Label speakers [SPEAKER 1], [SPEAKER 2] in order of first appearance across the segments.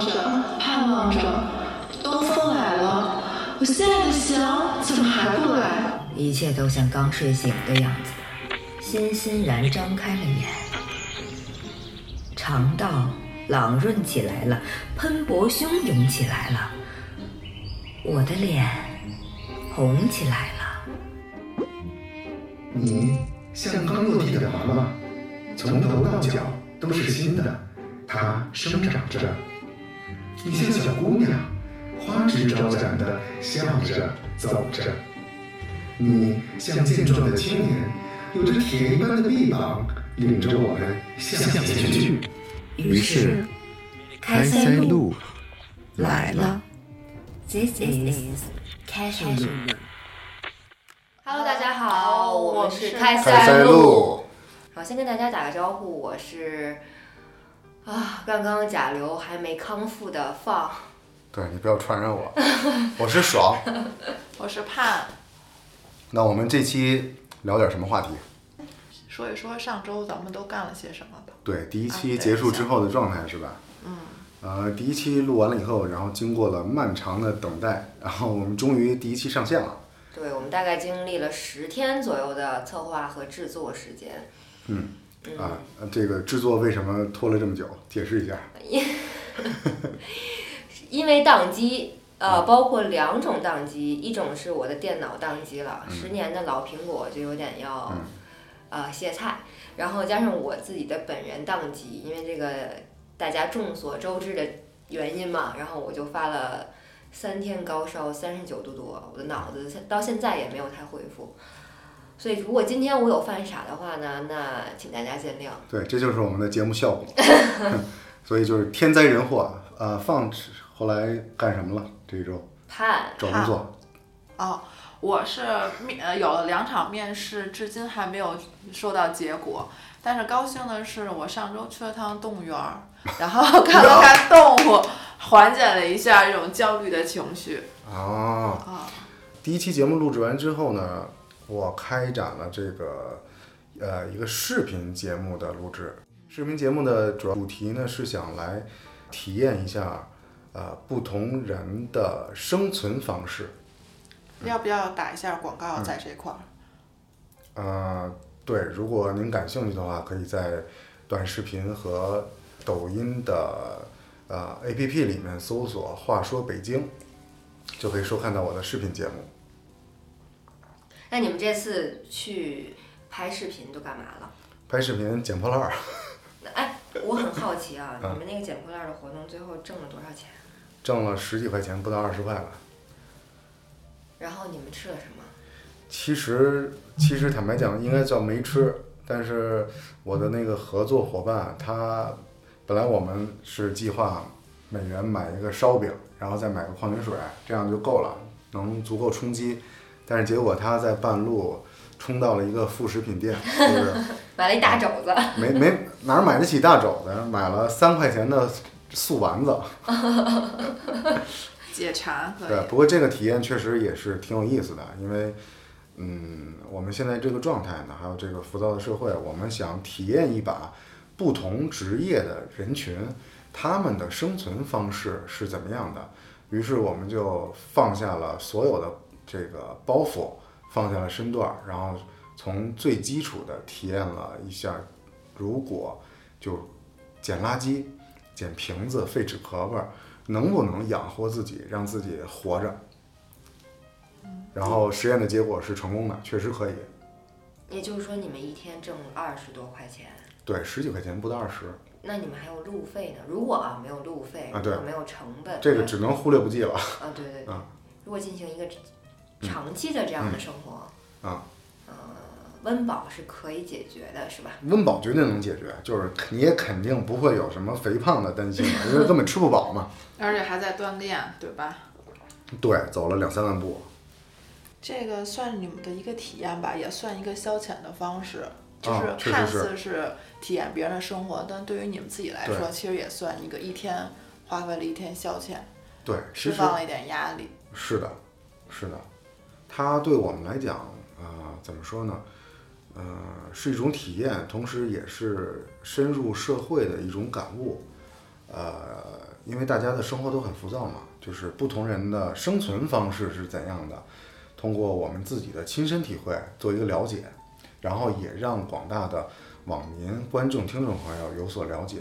[SPEAKER 1] 着，盼望着。东风来了，我心爱的翔怎么还不来？
[SPEAKER 2] 一切都像刚睡醒的样子。欣欣然张开了眼，肠道朗润起来了，喷薄汹涌起来了，我的脸红起来了。
[SPEAKER 3] 你像刚落地的娃娃，从头到脚都是新的，它生长着。你像小姑娘，花枝招展的笑着走着。你像健壮的青年。有着铁一般的臂膀，领着我们向前去。
[SPEAKER 4] 于是，开塞露来了。
[SPEAKER 2] This is 开塞露。
[SPEAKER 5] Hello，大家好，我们是开
[SPEAKER 4] 塞露。
[SPEAKER 5] 好，先跟大家打个招呼，我是啊，刚刚甲流还没康复的放。
[SPEAKER 4] 对你不要传染我， 我是爽，
[SPEAKER 1] 我是盼。
[SPEAKER 4] 那我们这期。聊点什么话题？
[SPEAKER 1] 说一说上周咱们都干了些什么吧。
[SPEAKER 4] 对，第一期结束之后的状态是吧？
[SPEAKER 1] 嗯。
[SPEAKER 4] 呃，第一期录完了以后，然后经过了漫长的等待，然后我们终于第一期上线了。
[SPEAKER 5] 对，我们大概经历了十天左右的策划和制作时间。
[SPEAKER 4] 嗯。嗯啊，这个制作为什么拖了这么久？解释一下。
[SPEAKER 5] 因因为宕机。
[SPEAKER 4] 嗯
[SPEAKER 5] 呃，包括两种宕机，一种是我的电脑宕机了，十、
[SPEAKER 4] 嗯、
[SPEAKER 5] 年的老苹果就有点要，
[SPEAKER 4] 嗯、
[SPEAKER 5] 呃歇菜，然后加上我自己的本人宕机，因为这个大家众所周知的原因嘛，然后我就发了三天高烧三十九度多，我的脑子到现在也没有太恢复，所以如果今天我有犯傻的话呢，那请大家见谅。
[SPEAKER 4] 对，这就是我们的节目效果， 所以就是天灾人祸啊、呃，放后来干什么了？这一周
[SPEAKER 5] 盼
[SPEAKER 4] 找工作，
[SPEAKER 1] 哦，我是面有了两场面试，至今还没有收到结果。但是高兴的是，我上周去了趟动物园儿，然后看了看动物，缓解了一下这种焦虑的情绪。
[SPEAKER 4] 哦，
[SPEAKER 1] 哦
[SPEAKER 4] 第一期节目录制完之后呢，我开展了这个呃一个视频节目的录制。视频节目的主要主题呢是想来体验一下。呃，不同人的生存方式，
[SPEAKER 1] 要不要打一下广告在这块儿、
[SPEAKER 4] 嗯？呃，对，如果您感兴趣的话，可以在短视频和抖音的呃 APP 里面搜索“话说北京”，就可以收看到我的视频节目。
[SPEAKER 5] 那你们这次去拍视频都干嘛了？
[SPEAKER 4] 拍视频捡破烂儿。
[SPEAKER 5] 哎，我很好奇啊， 你们那个捡破烂的活动最后挣了多少钱？
[SPEAKER 4] 挣了十几块钱，不到二十块吧。
[SPEAKER 5] 然后你们吃了什么？
[SPEAKER 4] 其实，其实坦白讲，应该叫没吃。但是我的那个合作伙伴，他本来我们是计划每人买一个烧饼，然后再买个矿泉水，这样就够了，能足够充饥。但是结果他在半路。冲到了一个副食品店，就是
[SPEAKER 5] 买了一大肘子，
[SPEAKER 4] 没没哪儿买得起大肘子，买了三块钱的素丸子，
[SPEAKER 1] 解馋。
[SPEAKER 4] 对，啊不过这个体验确实也是挺有意思的，因为，嗯，我们现在这个状态呢，还有这个浮躁的社会，我们想体验一把不同职业的人群他们的生存方式是怎么样的，于是我们就放下了所有的这个包袱。放下了身段，然后从最基础的体验了一下，如果就捡垃圾、捡瓶子、废纸壳儿，能不能养活自己，让自己活着？然后实验的结果是成功的，确实可以。
[SPEAKER 5] 也就是说，你们一天挣二十多块钱？
[SPEAKER 4] 对，十几块钱不到二十。
[SPEAKER 5] 那你们还有路费呢？如果啊没有路费，
[SPEAKER 4] 啊对，
[SPEAKER 5] 没有成本，
[SPEAKER 4] 这个只能忽略不计了。啊
[SPEAKER 5] 对对对，
[SPEAKER 4] 啊、
[SPEAKER 5] 如果进行一个。长期的这样的生活，
[SPEAKER 4] 嗯、啊，
[SPEAKER 5] 呃，温饱是可以解决的，是吧？
[SPEAKER 4] 温饱绝对能解决，就是你也肯定不会有什么肥胖的担心嘛，因为根本吃不饱嘛。
[SPEAKER 1] 而且还在锻炼，对吧？
[SPEAKER 4] 对，走了两三万步。
[SPEAKER 1] 这个算是你们的一个体验吧，也算一个消遣的方式，啊就是看似
[SPEAKER 4] 是
[SPEAKER 1] 体验别人的生活，啊、但对于你们自己来说，其实也算一个一天花费了一天消遣，
[SPEAKER 4] 对，
[SPEAKER 1] 释放了一点压力。
[SPEAKER 4] 是的，是的。它对我们来讲，啊、呃，怎么说呢？呃，是一种体验，同时也是深入社会的一种感悟。呃，因为大家的生活都很浮躁嘛，就是不同人的生存方式是怎样的，通过我们自己的亲身体会做一个了解，然后也让广大的网民、观众、听众朋友有所了解，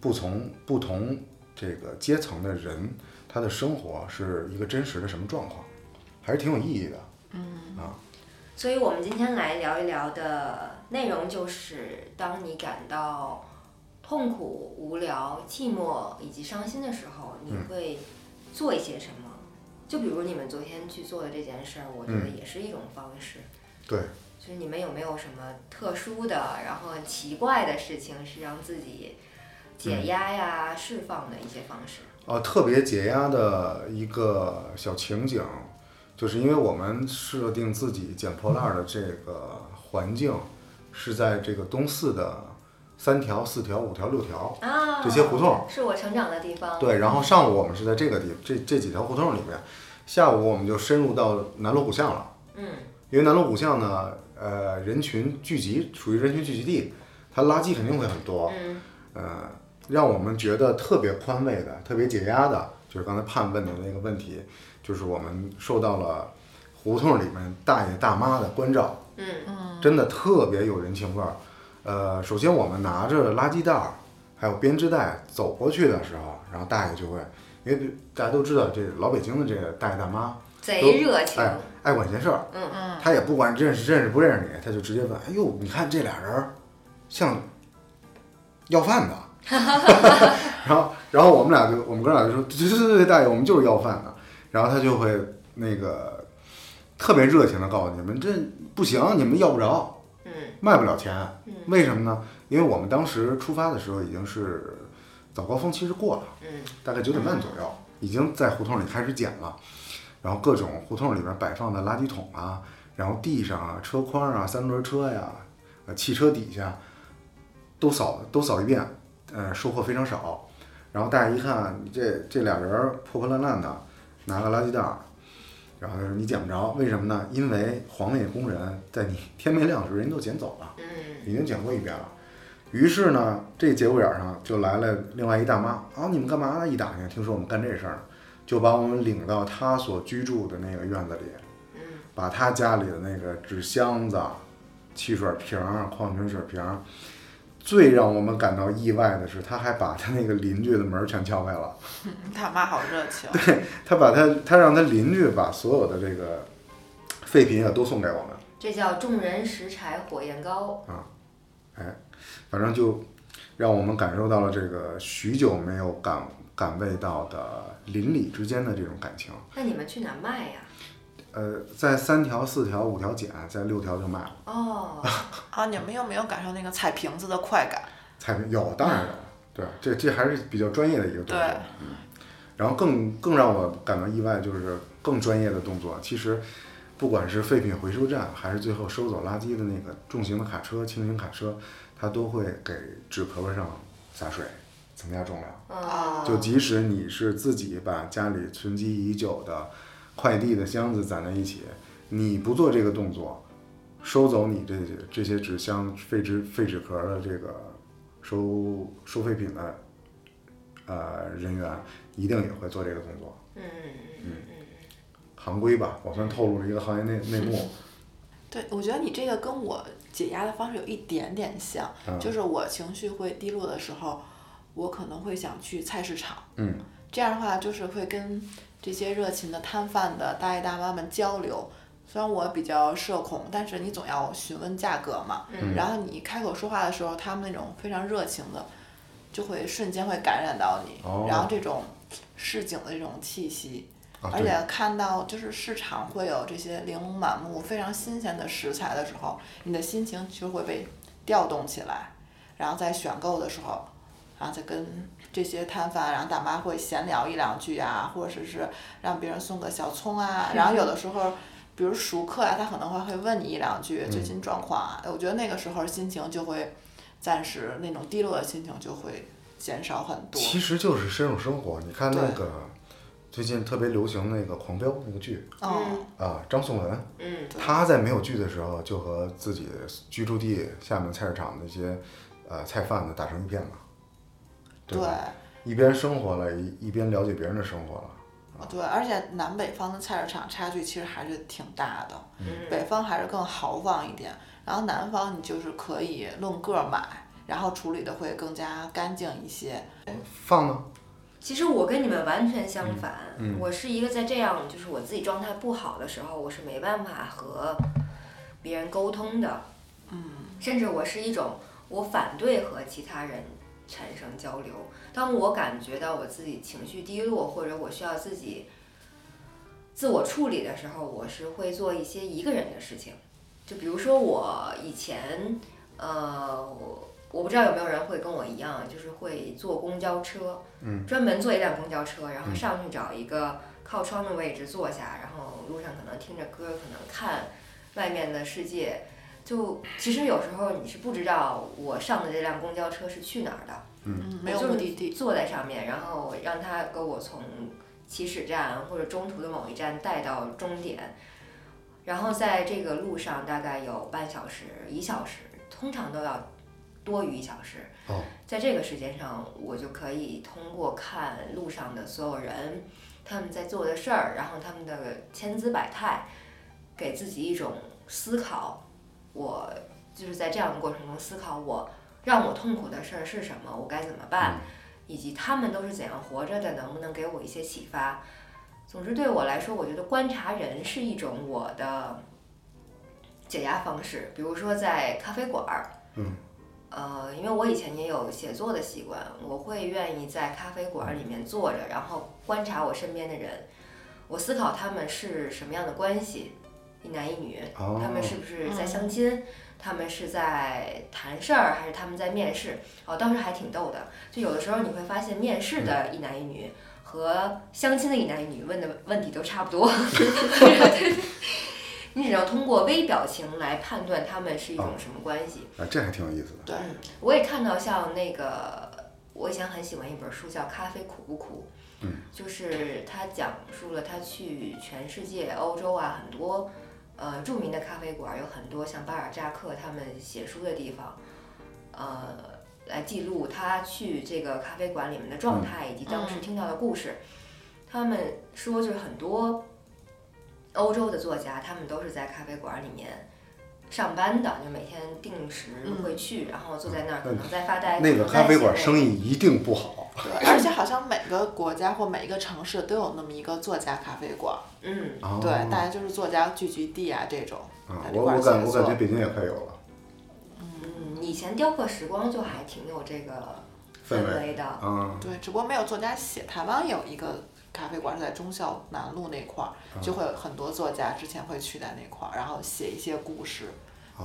[SPEAKER 4] 不从不同这个阶层的人他的生活是一个真实的什么状况，还是挺有意义的。
[SPEAKER 5] 所以我们今天来聊一聊的内容就是，当你感到痛苦、无聊、寂寞以及伤心的时候，你
[SPEAKER 4] 嗯
[SPEAKER 5] 会做一些什么？就比如你们昨天去做的这件事儿，我觉得也是一种方式。
[SPEAKER 4] 嗯对，
[SPEAKER 5] 就是你们有没有什么特殊的，然后很奇怪的事情，是让自己解压
[SPEAKER 4] 嗯
[SPEAKER 5] 呀、释放的一些方式？
[SPEAKER 4] 呃，特别解压的一个小情景，就是因为我们设定自己捡破烂儿的这个环境是在这个东四的三条、四条、五条、六条
[SPEAKER 5] 啊，
[SPEAKER 4] 这些胡同儿。
[SPEAKER 5] 是我成长的地方。
[SPEAKER 4] 对，然后上午我们是在这个地这这几条胡同里面，下午我们就深入到南锣鼓巷了。
[SPEAKER 5] 嗯，
[SPEAKER 4] 因为南锣鼓巷呢，呃，人群聚集，属于人群聚集地，它垃圾肯定会很多。
[SPEAKER 5] 嗯，
[SPEAKER 4] 呃，让我们觉得特别宽慰的、特别解压的，就是刚才盼问的那个问题，就是我们受到了胡同里面大爷大妈的关照，
[SPEAKER 5] 嗯
[SPEAKER 4] 真的特别有人情味儿。呃，首先我们拿着垃圾袋儿还有编织袋走过去的时候，然后大爷就会，因为大家都知道这老北京的这个大爷大妈
[SPEAKER 5] 贼热情。
[SPEAKER 4] 哎爱管闲事儿，
[SPEAKER 5] 嗯
[SPEAKER 1] 嗯
[SPEAKER 4] 他也不管认识认识不认识你，他就直接问：“哎呦，你看这俩人儿像要 饭的。”然后，然后我们俩就我们哥俩就说：“对对对对，大爷，我们就是要饭的。”然后他就会那个特别热情的告诉你们：“这不行，你们要不着，
[SPEAKER 5] 嗯
[SPEAKER 4] 卖不了钱。
[SPEAKER 5] 嗯
[SPEAKER 4] 为什么呢？因为我们当时出发的时候已经是早高峰，期是过了。
[SPEAKER 5] 嗯
[SPEAKER 4] 大概九点半左右，已经在胡同里开始捡了，然后各种胡同里边摆放的垃圾桶啊，然后地上啊、车筐啊、三轮车呀、呃汽车底下都扫都扫一遍，呃，收获非常少。然后大家一看，这这俩人儿破破烂烂的，拿个垃圾袋儿，然后他说你捡不着，为什么呢？因为环卫工人在你 天没亮的时候人都捡走了。
[SPEAKER 5] 嗯
[SPEAKER 4] 已经讲过一遍了。于是呢，这节骨眼儿上就来了另外一大妈啊，你们干嘛呢？一打听，听说我们干这事儿呢，就把我们领到她所居住的那个院子里，
[SPEAKER 5] 嗯
[SPEAKER 4] 把她家里的那个纸箱子、汽水瓶儿、矿泉水瓶儿。最让我们感到意外的是，她还把她那个邻居的门儿全敲开了。
[SPEAKER 1] 嗯他妈好热情，啊
[SPEAKER 4] 她把她，她让她邻居把所有的这个废品也都送给我们。
[SPEAKER 5] 这叫众人拾柴火焰高。
[SPEAKER 4] 反正就让我们感受到了这个许久没有感感味到的邻里之间的这种感情。
[SPEAKER 5] 那你们去哪卖呀？
[SPEAKER 4] 呃，在三条、四条、五条捡，在六条就卖了。
[SPEAKER 5] 哦，
[SPEAKER 1] 啊，你们有没有感受那个踩瓶子的快感？
[SPEAKER 4] 菜品有，当然有。对，这这还是比较专业的一个动作
[SPEAKER 1] 对。
[SPEAKER 4] 嗯。然后更更让我感到意外就是更专业的动作，其实。不管是废品回收站，还是最后收走垃圾的那个重型的卡车、轻型卡车，它都会给纸壳儿上洒水，增加重量。
[SPEAKER 5] 哦，
[SPEAKER 4] 就即使你是自己把家里存积已久的快递的箱子攒在一起，你不做这个动作，收走你这这些纸箱、废纸、废纸壳的这个收收废品的呃人员，一定也会做这个动作。
[SPEAKER 5] 嗯嗯嗯
[SPEAKER 4] 行规吧，我算透露了一个行业内内幕。
[SPEAKER 1] 对，我觉得你这个跟我解压的方式有一点点像，
[SPEAKER 4] 嗯
[SPEAKER 1] 就是我情绪会低落的时候，我可能会想去菜市场，
[SPEAKER 4] 嗯，
[SPEAKER 1] 这样的话就是会跟这些热情的摊贩的大爷大妈们交流。虽然我比较社恐，但是你总要询问价格嘛，
[SPEAKER 5] 嗯
[SPEAKER 1] 然后你开口说话的时候，他们那种非常热情的，就会瞬间会感染到你，
[SPEAKER 4] 哦
[SPEAKER 1] 然后这种市井的这种气息，
[SPEAKER 4] 啊，
[SPEAKER 1] 而
[SPEAKER 4] 对，
[SPEAKER 1] 且看到就是市场会有这些玲珑满目、非常新鲜的食材的时候，你的心情就会被调动起来，然后在选购的时候，然后再跟这些摊贩，然后大妈会闲聊一两句啊，或者是让别人送个小 葱啊，然后有的时候。比如熟客啊，他可能会会问你一两句
[SPEAKER 4] 嗯
[SPEAKER 1] 最近状况啊，我觉得那个时候心情就会暂时那种低落的心情就会减少很多。
[SPEAKER 4] 其实就是深入生活。你看那
[SPEAKER 1] 对
[SPEAKER 4] 个最近特别流行那个《狂飙》那个剧
[SPEAKER 1] 嗯，
[SPEAKER 4] 啊，张颂文。
[SPEAKER 5] 嗯
[SPEAKER 4] 他在没有剧的时候，就和自己居住地下面菜市场那些呃菜贩子打成一片嘛，
[SPEAKER 1] 对
[SPEAKER 4] 吧？一边生活了，一一边了解别人的生活了。
[SPEAKER 1] 对，而且南北方的菜市场差距其实还是挺大的，
[SPEAKER 4] 嗯
[SPEAKER 1] 北方还是更豪放一点，然后南方你就是可以论个儿买，然后处理的会更加干净一些。
[SPEAKER 4] 放呢？
[SPEAKER 5] 其实我跟你们完全相反，
[SPEAKER 4] 嗯嗯
[SPEAKER 5] 我是一个在这样就是我自己状态不好的时候，我是没办法和别人沟通的，嗯，甚至我是一种我反对和其他人产生交流。当我感觉到我自己情绪低落，或者我需要自己自我处理的时候，我是会做一些一个人的事情，就比如说我以前，呃，我我不知道有没有人会跟我一样，就是会坐公交车。专门坐一辆公交车，然后上去找一个靠窗的位置坐下，然后路上可能听着歌，可能看外面的世界。就其实有时候你是不知道我上的这辆公交车是去哪儿的，
[SPEAKER 1] 嗯，
[SPEAKER 5] 我
[SPEAKER 1] 没有
[SPEAKER 5] 就是
[SPEAKER 1] 目的地。
[SPEAKER 5] 坐在上面，然后让他给我从起始站或者中途的某一站带到终点，然后在这个路上大概有半小时、一小时，通常都要多于一小时。
[SPEAKER 4] 哦
[SPEAKER 5] 在这个时间上，我就可以通过看路上的所有人，他们在做的事儿，然后他们的千姿百态，给自己一种思考。我就是在这样的过程中思考我让我痛苦的事儿是什么，我该怎么办。以及他们都是怎样活着的，能不能给我一些启发？总之，对我来说，我觉得观察人是一种我的解压方式。比如说在咖啡馆儿，
[SPEAKER 4] 嗯，
[SPEAKER 5] 呃，因为我以前也有写作的习惯，我会愿意在咖啡馆儿里面坐着，然后观察我身边的人，我思考他们是什么样的关系，一男一女，
[SPEAKER 4] 哦
[SPEAKER 5] 他们是不是在相亲？他们是在谈事儿，还是他们在面试？哦，当时还挺逗的。就有的时候你会发现，面试的一男一女和相亲的一男一女问的问题都差不多。你只能通过微表情来判断他们是一种什么关系。
[SPEAKER 4] 啊，这还挺有意思的。
[SPEAKER 1] 对，
[SPEAKER 5] 我也看到像那个，我以前很喜欢一本书叫《咖啡苦不苦》，
[SPEAKER 4] 嗯，
[SPEAKER 5] 就是他讲述了他去全世界欧洲啊很多呃著名的咖啡馆，有很多像巴尔扎克他们写书的地方，呃，来记录他去这个咖啡馆里面的状态以及当时听到的故事。他们说就是很多欧洲的作家，他们都是在咖啡馆里面。上班的就每天定时
[SPEAKER 1] 嗯
[SPEAKER 5] 会去，然后坐在那儿，可能在发呆。
[SPEAKER 4] 那
[SPEAKER 5] 可
[SPEAKER 4] 个
[SPEAKER 5] 能
[SPEAKER 4] 咖
[SPEAKER 5] 在
[SPEAKER 4] 啡
[SPEAKER 5] 写
[SPEAKER 4] 馆
[SPEAKER 5] 那
[SPEAKER 4] 生意一定不好。
[SPEAKER 1] 对，而且好像每个国家或每一个城市都有那么一个作家咖啡馆，
[SPEAKER 5] 嗯，
[SPEAKER 4] 啊
[SPEAKER 1] 对，大家就是作家聚集地啊这种。
[SPEAKER 4] 啊
[SPEAKER 1] 在，这
[SPEAKER 4] 我
[SPEAKER 1] 块儿
[SPEAKER 4] 我感
[SPEAKER 1] 写
[SPEAKER 4] 我
[SPEAKER 1] 作
[SPEAKER 4] 感觉北京也快有了
[SPEAKER 5] 嗯，以前雕刻时光就还挺有这个
[SPEAKER 4] 氛围
[SPEAKER 5] 围的，
[SPEAKER 4] 啊，
[SPEAKER 1] 对，只不过没有作家写。台湾有一个咖啡馆是在忠孝南路那块儿，就会有很多作家之前会去在那块儿，然后写一些故事。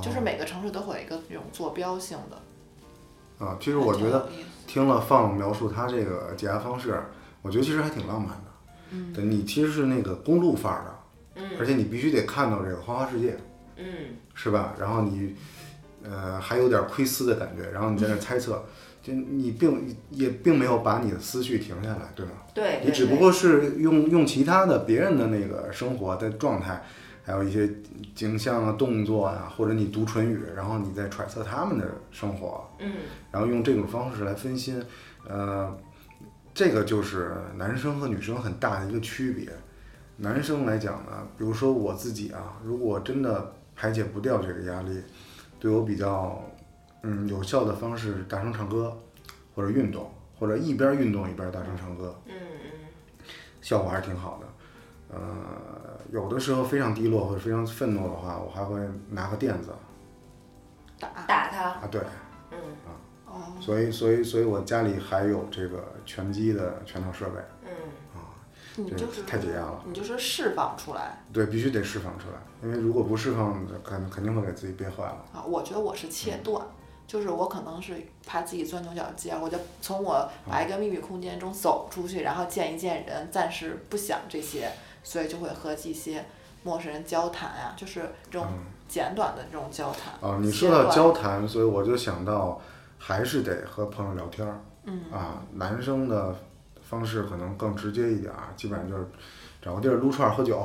[SPEAKER 1] 就是每个城市都会有一个这种坐标性的。
[SPEAKER 4] 啊，其实我觉得听了放描述他这个解压方式，我觉得其实还挺浪漫的。嗯，对你其实是那个公路范儿的，
[SPEAKER 5] 嗯
[SPEAKER 4] 而且你必须得看到这个花花世界，
[SPEAKER 5] 嗯，
[SPEAKER 4] 是吧？然后你，呃，还有点窥私的感觉，然后你在那猜测，就你并也并没有把你的思绪停下来，对吗？
[SPEAKER 5] 对，
[SPEAKER 4] 你
[SPEAKER 5] 对
[SPEAKER 4] 只不
[SPEAKER 5] 对
[SPEAKER 4] 过是用用其他的别人的那个生活的状态，还有一些景象啊、动作啊，或者你读唇语，然后你再揣测他们的生活，
[SPEAKER 5] 嗯
[SPEAKER 4] 然后用这种方式来分心，呃，这个就是男生和女生很大的一个区别。男生来讲呢，比如说我自己啊，如果真的排解不掉这个压力，对我比较嗯有效的方式，大声唱歌，或者运动，或者一边运动一边大声唱歌。
[SPEAKER 5] 嗯嗯
[SPEAKER 4] 效果还是挺好的。呃，有的时候非常低落或者非常愤怒的话，我还会拿个垫子
[SPEAKER 1] 打，
[SPEAKER 5] 打他，
[SPEAKER 4] 啊，对，
[SPEAKER 5] 嗯
[SPEAKER 1] 哦，
[SPEAKER 4] 所以所以所以我家里还有这个拳击的拳套设备，
[SPEAKER 5] 嗯，
[SPEAKER 1] 你
[SPEAKER 4] 这
[SPEAKER 1] 就
[SPEAKER 4] 个
[SPEAKER 1] 是
[SPEAKER 4] 太解压了，
[SPEAKER 1] 你就是释放出来
[SPEAKER 4] 对，必须得释放出来，因为如果不释放，肯肯定会给自己憋坏了。
[SPEAKER 1] 啊！我觉得我是切
[SPEAKER 4] 嗯
[SPEAKER 1] 断，就是我可能是怕自己钻牛角尖，我就从我
[SPEAKER 4] 嗯
[SPEAKER 1] 把一个秘密空间中走出去，然后见一见人，暂时不想这些，所以就会和一些陌生人交谈啊，就是这种简短的这种交谈。
[SPEAKER 4] 啊，嗯你说到交谈，所以我就想到，还是得和朋友聊天儿。嗯啊，男生的方式可能更直接一点儿，基本上就是找个地儿撸串儿喝酒，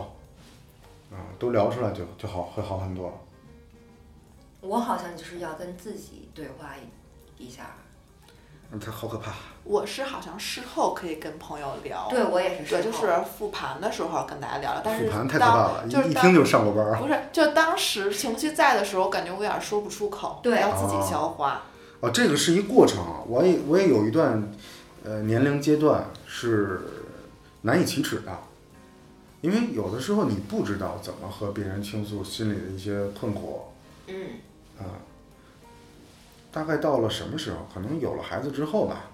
[SPEAKER 4] 啊，都聊出来就就好，会好很多。
[SPEAKER 5] 我好像就是要跟自己对话一一下，
[SPEAKER 4] 嗯它好可怕。
[SPEAKER 1] 我是好像事后可以跟朋友
[SPEAKER 4] 哦
[SPEAKER 1] 聊，
[SPEAKER 5] 对我也是事后，
[SPEAKER 1] 对，就是复盘的时候跟大家聊聊，但
[SPEAKER 4] 复
[SPEAKER 1] 是
[SPEAKER 4] 盘太可怕
[SPEAKER 1] 当
[SPEAKER 4] 了，
[SPEAKER 1] 就是
[SPEAKER 4] 一一
[SPEAKER 1] 当
[SPEAKER 4] 听就上过班儿。
[SPEAKER 1] 不是，就当时情绪在的时候，感觉我有点说不出口，
[SPEAKER 5] 对
[SPEAKER 1] 要自己消化。
[SPEAKER 4] 哦，这个是一过程，啊，我也我也有一段，呃，年龄阶段是难以启齿的，因为有的时候你不知道怎么和别人倾诉心里的一些困惑，
[SPEAKER 5] 嗯，
[SPEAKER 4] 大概到了什么时候？可能有了孩子之后吧，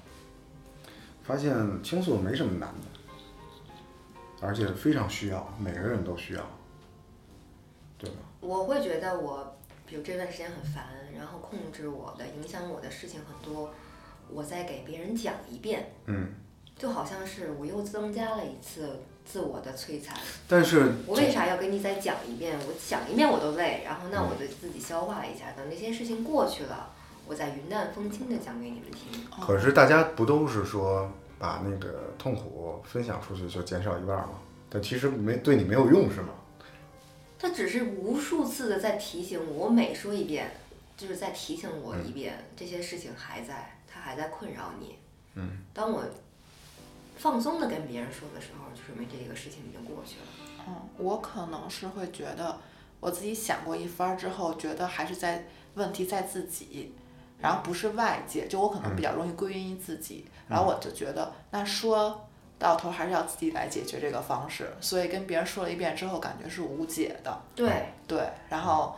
[SPEAKER 4] 发现倾诉没什么难的，而且非常需要，每个人都需要，对吧？
[SPEAKER 5] 我会觉得我，比如这段时间很烦，然后控制我的、影响我的事情很多，我再给别人讲一遍，
[SPEAKER 4] 嗯，
[SPEAKER 5] 就好像是我又增加了一次自我的摧残。
[SPEAKER 4] 但是
[SPEAKER 5] 我为啥要跟你再讲一遍？我讲一遍我都累，然后那我就自己消化一下，等这些事情过去了，我再云淡风轻的讲给你们听。
[SPEAKER 4] 可是大家不都是说把那个痛苦分享出去就减少一半吗？但其实没对你没有用是吗？
[SPEAKER 5] 他只是无数次的在提醒我，我每说一遍，就是在提醒我一遍，这些事情还在，他还在困扰你。嗯，当我放松的跟别人说的时候，就说明这个事情已经过去了。
[SPEAKER 1] 嗯，我可能是会觉得我自己想过一番儿之后，觉得还是在问题在自己，然后不是外界，就我可能比较容易归因于自己，然后我就觉得那说到头还是要自己来解决这个方式，所以跟别人说了一遍之后，感觉是无解的。
[SPEAKER 5] 对，
[SPEAKER 1] 对，然后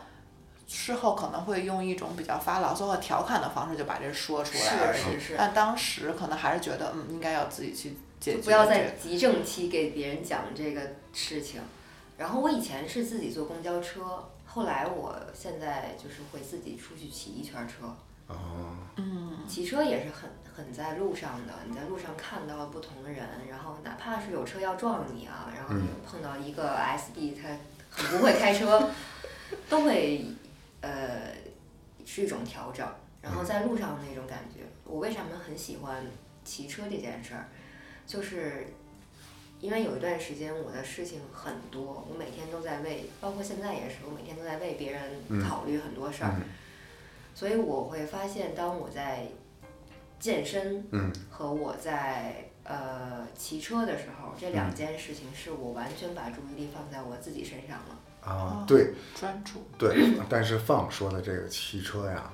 [SPEAKER 1] 事后可能会用一种比较发牢骚和调侃的方式就把这说出来而已。
[SPEAKER 5] 是是是，
[SPEAKER 1] 但当时可能还是觉得，嗯，应该要自己去解决、这个。
[SPEAKER 5] 就不要在急症期给别人讲这个事情。然后我以前是自己坐公交车，后来我现在就是会自己出去骑一圈车。
[SPEAKER 4] 啊，
[SPEAKER 5] 骑车也是很很在路上的，你在路上看到不同的人，然后哪怕是有车要撞你啊，然后
[SPEAKER 4] 嗯
[SPEAKER 5] 你碰到一个 SD 他很不会 开车，都会呃是一种调整。然后在路上那种感觉，我为什么很喜欢骑车这件事儿，就是因为有一段时间我的事情很多，我每天都在为，包括现在也是，我每天都在为别人
[SPEAKER 4] 嗯
[SPEAKER 5] 考虑很多事儿。
[SPEAKER 4] 嗯
[SPEAKER 5] 所以我会发现，当我在健身
[SPEAKER 4] 嗯
[SPEAKER 5] 和我在呃骑车的时候，这
[SPEAKER 4] 嗯
[SPEAKER 5] 两件事情是我完全把注意力放在我自己身上了。
[SPEAKER 4] 啊，对
[SPEAKER 1] 专注，
[SPEAKER 4] 对，但是放说的这个汽车呀，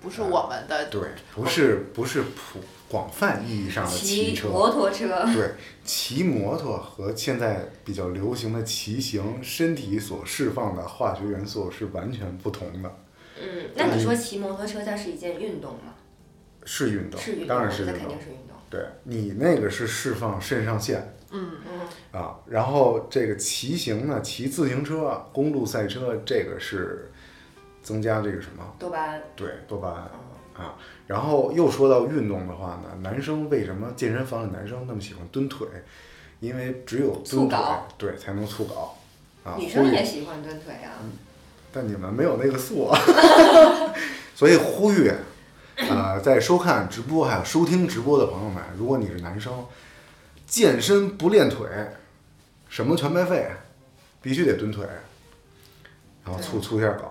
[SPEAKER 1] 不是我们的。
[SPEAKER 4] 对，不是不是普广泛意义上的
[SPEAKER 5] 骑
[SPEAKER 4] 啊骑车，
[SPEAKER 5] 摩托车，
[SPEAKER 4] 对，骑摩托和现在比较流行的骑行，身体所释放的化学元素是完全不同的，
[SPEAKER 5] 嗯，那你说骑摩托车它是一件运动吗？
[SPEAKER 4] 是运动，
[SPEAKER 5] 是运动，
[SPEAKER 4] 当然
[SPEAKER 5] 我觉
[SPEAKER 4] 是
[SPEAKER 5] 得
[SPEAKER 4] 运
[SPEAKER 5] 肯
[SPEAKER 4] 动
[SPEAKER 5] 定。是运动。
[SPEAKER 4] 对你那个是释放肾上腺，
[SPEAKER 5] 嗯，
[SPEAKER 4] 啊，然后这个骑行呢，骑自行车啊、公路赛车，这个是增加这个什么？
[SPEAKER 5] 多巴胺，
[SPEAKER 4] 对，多巴胺
[SPEAKER 5] 哦
[SPEAKER 4] 啊。然后又说到运动的话呢，男生为什么健身房里男生那么喜欢蹲腿？因为只有
[SPEAKER 5] 促
[SPEAKER 4] 蹲腿
[SPEAKER 5] 睾，
[SPEAKER 4] 对，才能促睾啊。
[SPEAKER 5] 女
[SPEAKER 4] 呼嗯
[SPEAKER 5] 生
[SPEAKER 4] 吁
[SPEAKER 5] 也喜欢蹲腿啊。
[SPEAKER 4] 但你们没有那个素啊，所以呼吁，呃，在收看直播还有收听直播的朋友们，如果你是男生，健身不练腿，什么全白费，必须得蹲腿，然后
[SPEAKER 5] 对
[SPEAKER 4] 促促一下睾，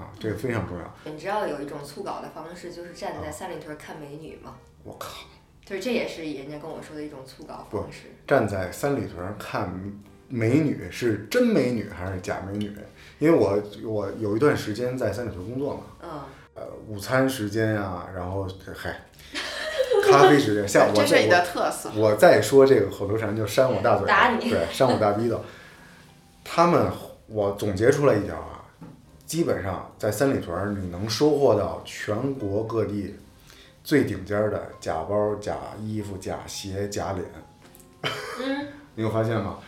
[SPEAKER 4] 啊，这个非常重要。
[SPEAKER 5] 你知道有一种促睾的方式，就是站在三里屯看美女吗？
[SPEAKER 4] 啊我靠，
[SPEAKER 5] 就是这也是人家跟我说的一种促睾
[SPEAKER 4] 不
[SPEAKER 5] 方式。
[SPEAKER 4] 站在三里屯看美女是真美女还是假美女？因为我我有一段时间在三里屯工作嘛，
[SPEAKER 5] 嗯，
[SPEAKER 4] 呃，午餐时间啊，然后嗨，咖啡时间，下午我
[SPEAKER 1] 这是
[SPEAKER 4] 再
[SPEAKER 1] 你的特色，
[SPEAKER 4] 我我再说这个口头禅就扇我大嘴巴，
[SPEAKER 5] 打你
[SPEAKER 4] 对，扇我大逼斗。他们我总结出来一条啊，基本上在三里屯儿你能收获到全国各地最顶尖儿的假包、假衣服、假鞋、假脸。
[SPEAKER 1] 嗯
[SPEAKER 4] 你有发现吗？